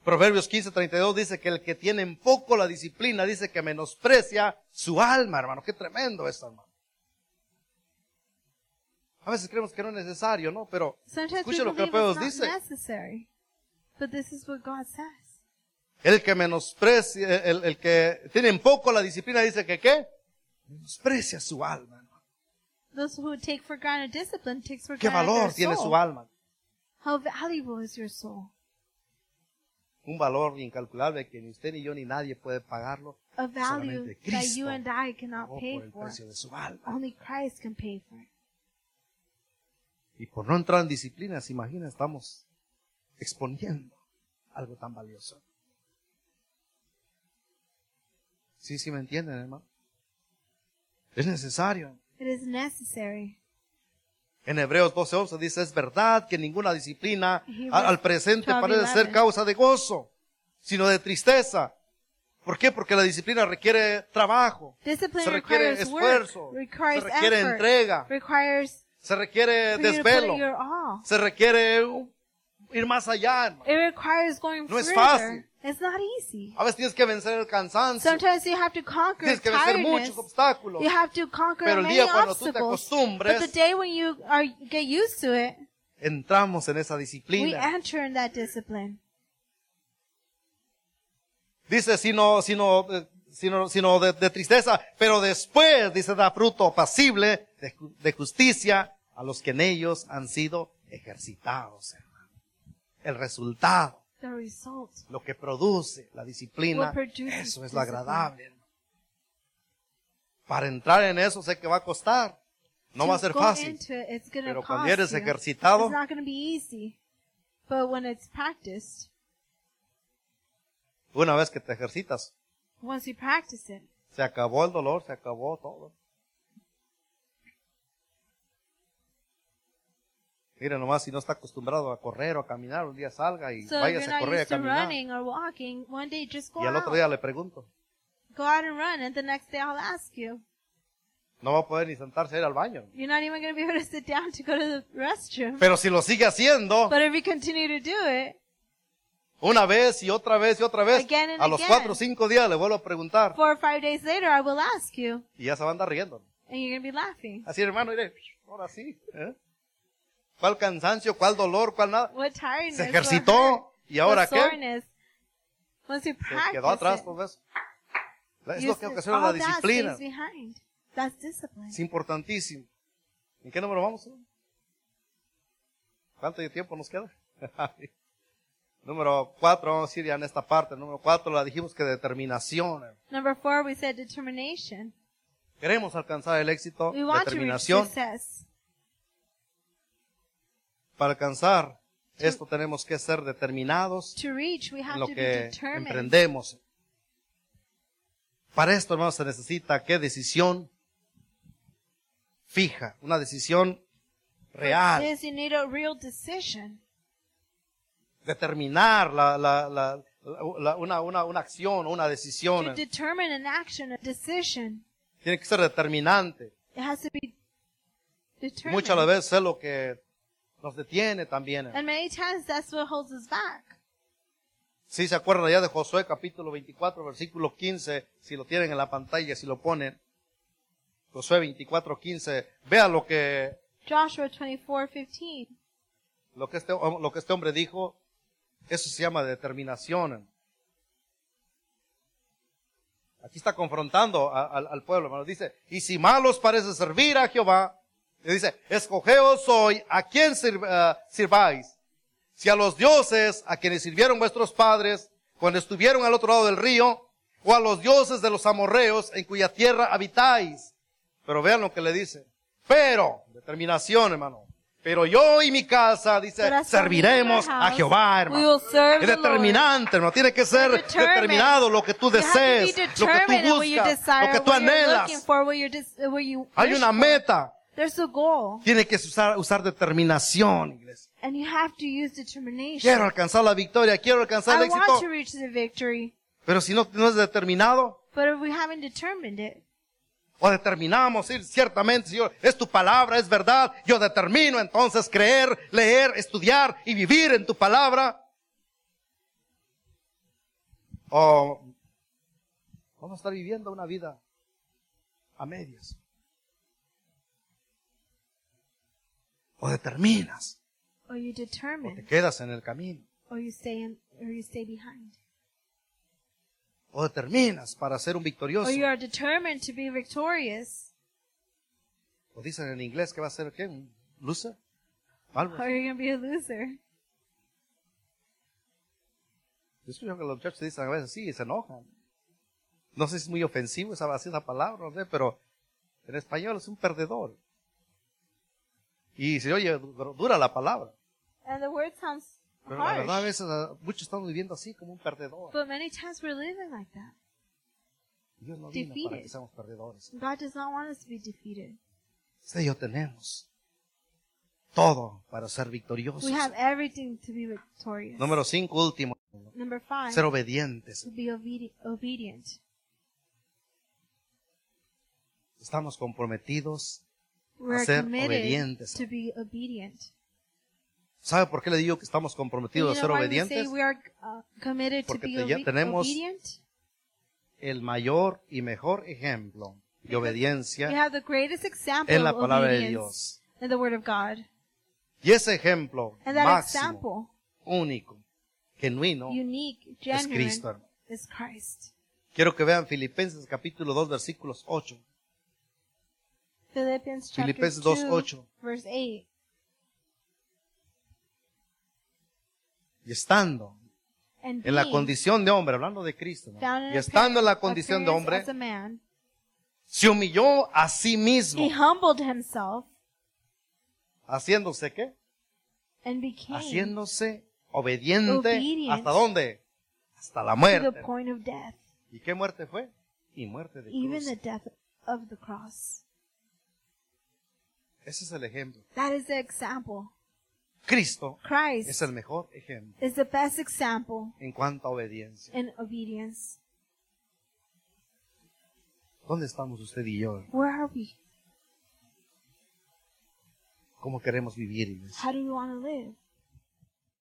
S1: Proverbios 15:32 dice que el que tiene en poco la disciplina dice que menosprecia su alma, hermano. Qué tremendo esto, hermano. A veces creemos que no es necesario, ¿no? Pero
S2: Sometimes
S1: escuche
S2: we
S1: lo que
S2: believe
S1: Proverbios
S2: it's
S1: dice.
S2: not necessary. But this is what God says.
S1: El que menosprecia, el, el que tiene en poco la disciplina dice que qué? Menosprecia su alma. hermano.
S2: Those who take for granted discipline takes for
S1: ¿Qué
S2: granted
S1: valor
S2: their
S1: tiene
S2: soul.
S1: su alma?
S2: How valuable is your soul?
S1: Un valor incalculable que ni usted ni yo ni nadie puede pagarlo.
S2: A value
S1: Solamente
S2: that you
S1: Cristo
S2: and I cannot
S1: pagó
S2: pay
S1: Oh, por el
S2: for.
S1: precio de su alma.
S2: Only Christ can pay for it.
S1: Y por no entrar en disciplina, se imagina, estamos exponiendo algo tan valioso. Sí, sí, me entienden, hermano. Es necesario.
S2: It is necessary.
S1: En Hebreos 12:11 dice, es verdad que ninguna disciplina
S2: Hebreos
S1: al, al presente
S2: 12:11.
S1: parece ser causa de gozo, sino de tristeza. ¿Por qué? Porque la disciplina requiere trabajo,
S2: Discipline
S1: Se requiere
S2: requires
S1: esfuerzo,
S2: work, requires
S1: se requiere
S2: effort,
S1: entrega,
S2: requires
S1: se requiere
S2: for you to put
S1: desvelo,
S2: your all.
S1: se requiere uh, ir más allá. hermano.
S2: It requires going
S1: No es
S2: further.
S1: fácil.
S2: It's not easy.
S1: A veces tienes que vencer el cansancio,
S2: Sometimes you have to conquer
S1: tienes que vencer
S2: tiredness.
S1: muchos obstáculos.
S2: You have to conquer
S1: Pero el
S2: many
S1: día cuando tú te
S2: obstacles.
S1: acostumbres-
S2: but the day when you are get used to it,
S1: Entramos en esa
S2: we
S1: disciplina.
S2: enter in that discipline.
S1: Dice, sino, sino, eh, sino, sino de, de tristeza, pero después, dice, da fruto apacible de, ju- de justicia a los que en ellos han sido ejercitados, hermano. El resultado,
S2: The result.
S1: lo que produce la disciplina,
S2: What produces
S1: eso es lo
S2: discipline.
S1: agradable. hermano. Para entrar en eso sé que va a costar. No
S2: to
S1: va a ser
S2: go
S1: fácil.
S2: Into it, it's gonna
S1: Pero
S2: cost
S1: cuando eres
S2: you.
S1: ejercitado-
S2: it's not going to be easy. But when it's practiced,
S1: Una vez que te ejercitas,
S2: once you practice it,
S1: se acabó el dolor, se acabó todo. Mira nomás, si no está acostumbrado a correr o a caminar, un día salga y
S2: So if
S1: váyase
S2: you're
S1: a
S2: not
S1: correr y a
S2: used to
S1: caminar.
S2: running or walking, one day just go
S1: Y al
S2: out.
S1: otro día le pregunto,
S2: Go out and run, and the next day I'll ask you.
S1: no va a poder ni sentarse a ir al baño.
S2: You're not even going to be able to sit down to go to the restroom.
S1: Pero si lo sigue haciendo,
S2: But if you continue to do it,
S1: una vez y otra vez y otra vez,
S2: Again and
S1: a los
S2: again.
S1: cuatro o cinco días le vuelvo a preguntar
S2: four or five days later, I will ask you,
S1: y ya se va a andar riendo.
S2: and you're going to be laughing.
S1: Así hermano, mire, ahora sí. ¿eh? ¿Cuál cansancio, cuál dolor, cuál nada?
S2: What tiredness.
S1: Se
S2: what
S1: ejercitó
S2: hurt,
S1: y ahora
S2: what
S1: qué?
S2: soreness. Once you
S1: Se
S2: practice
S1: quedó atrás,
S2: it,
S1: todo eso. La- Es
S2: you
S1: lo que
S2: see-
S1: ocasiona la
S2: all that
S1: disciplina.
S2: stays behind. That's discipline.
S1: Es importantísimo. ¿En qué número vamos? eh? ¿Cuánto de tiempo nos queda? número cuatro, vamos a ir ya en esta parte. Número cuatro, la dijimos que determinación.
S2: Number four, we said determination.
S1: Queremos alcanzar el éxito,
S2: We want to reach
S1: determinación.
S2: success.
S1: Para alcanzar
S2: To-
S1: esto tenemos que ser determinados
S2: To reach, we
S1: en
S2: have
S1: lo
S2: to be
S1: que
S2: determined.
S1: emprendemos. Para esto, hermanos, se necesita qué decisión fija, una decisión real.
S2: Yes, you need a real decision.
S1: determinar la, la, la- la- una, una, una acción o una
S2: To
S1: decisión.
S2: determine an action, a decision,
S1: Tiene que ser determinante.
S2: it has to be
S1: Y
S2: determined.
S1: muchas de las veces es lo que nos detiene también.
S2: And many times that's what holds us back.
S1: Si se acuerdan allá de Josué capítulo 24, versículo 15, si lo tienen en la pantalla, si lo ponen. Josué 24, 15. Vea lo que,
S2: Joshua 24:15.
S1: lo que, este, hom- lo que este hombre dijo. Eso se llama determinación. Aquí está confrontando a- al, al pueblo, hermano. Dice, y si malos parece servir a Jehová, le dice, escogeos hoy a quién sir- ah, sirváis. Si a los dioses a quienes sirvieron vuestros padres cuando estuvieron al otro lado del río, o a los dioses de los amorreos en cuya tierra habitáis. Pero vean lo que le dice. Pero, determinación, hermano. Pero yo y mi casa, dice,
S2: But as for me and my
S1: serviremos a
S2: house,
S1: Jehová,
S2: we will
S1: hermano.
S2: serve
S1: Es
S2: the Lord.
S1: determinante, hermano. Tiene que ser
S2: Determined.
S1: determinado lo que tú
S2: You have to be
S1: desees, lo que
S2: determined in
S1: tú
S2: what you
S1: buscas,
S2: desire,
S1: lo que tú
S2: what you're looking
S1: anhelas.
S2: for, what you're, dis- what you
S1: Hay
S2: wish
S1: una
S2: for.
S1: meta.
S2: There's a goal,
S1: Tiene que usar, usar determinación, iglesia.
S2: and you have to use determination.
S1: Quiero alcanzar la victoria, quiero alcanzar
S2: I
S1: el
S2: want to
S1: éxito.
S2: reach the victory,
S1: Pero si no, no es determinado,
S2: but if we haven't determined it,
S1: o determinamos, sí, ciertamente, Señor, es tu palabra, es verdad. Yo determino entonces creer, leer, estudiar y vivir en tu palabra. O vamos a estar viviendo una vida a medias. O determinas,
S2: or you
S1: o te
S2: determine,
S1: quedas en el camino.
S2: or you stay in, or you stay behind,
S1: O determinas para ser un victorioso.
S2: or you are determined to be victorious,
S1: O dicen en inglés que va a ser ¿qué? ¿Un loser? Algo.
S2: or you're gonna be a loser.
S1: Yo escucho que los muchachos dicen a veces sí y se enojan. No sé si es muy ofensivo esa, así esa palabra, no sé, pero en español es un perdedor. Y se oye du- dura la palabra.
S2: And the word sounds
S1: Pero la verdad a
S2: harsh,
S1: veces ah, muchos estamos viviendo así como un perdedor.
S2: but many times we're living like that.
S1: Dios no vino para que
S2: defeated.
S1: seamos perdedores.
S2: God does not want us to be defeated.
S1: Usted y yo tenemos todo para ser victoriosos.
S2: We have everything to be victorious.
S1: Número cinco, último.
S2: Number five,
S1: Ser obedientes.
S2: to be obedi- obedient.
S1: Estamos comprometidos
S2: We're
S1: ser
S2: committed
S1: obedientes.
S2: to be obedient.
S1: ¿Sabe por qué le digo que estamos comprometidos a
S2: you
S1: ser
S2: know why we say
S1: obedientes?
S2: we are uh, committed to
S1: Porque
S2: be
S1: te- ya
S2: obe-
S1: tenemos
S2: obedient?
S1: El mayor y mejor ejemplo de
S2: We
S1: obediencia
S2: have the greatest example
S1: en la
S2: of
S1: palabra de
S2: obedience
S1: Dios.
S2: in the Word of God.
S1: Y ese ejemplo
S2: And that
S1: máximo,
S2: example,
S1: único, genuino,
S2: unique,
S1: es
S2: genuine,
S1: Cristo. hermano.
S2: is Christ.
S1: Quiero que vean Filipenses capítulo 2 versículos 8.
S2: Philippians chapter
S1: Filipenses
S2: 2,
S1: 2:8.
S2: verse 8.
S1: Y estando
S2: And
S1: en la
S2: being
S1: condición de hombre, hablando de Cristo, ¿no?
S2: found in
S1: y estando en la condición de
S2: appearance
S1: hombre,
S2: as a man,
S1: se humilló a sí mismo,
S2: he humbled himself
S1: haciéndose qué?
S2: and became
S1: Haciéndose obediente.
S2: Obedient.
S1: ¿Hasta dónde? Hasta la
S2: to the
S1: muerte.
S2: point of death,
S1: ¿Y qué muerte fue? Y muerte de
S2: even
S1: cruz.
S2: the death of the cross.
S1: Ese es el ejemplo.
S2: That is the example.
S1: Cristo es
S2: Christ
S1: el mejor ejemplo
S2: is the best example
S1: en cuanto a obediencia.
S2: in obedience.
S1: ¿Dónde estamos usted y yo?
S2: Where are we?
S1: ¿Cómo queremos vivir? iglesia?
S2: How do we want to live?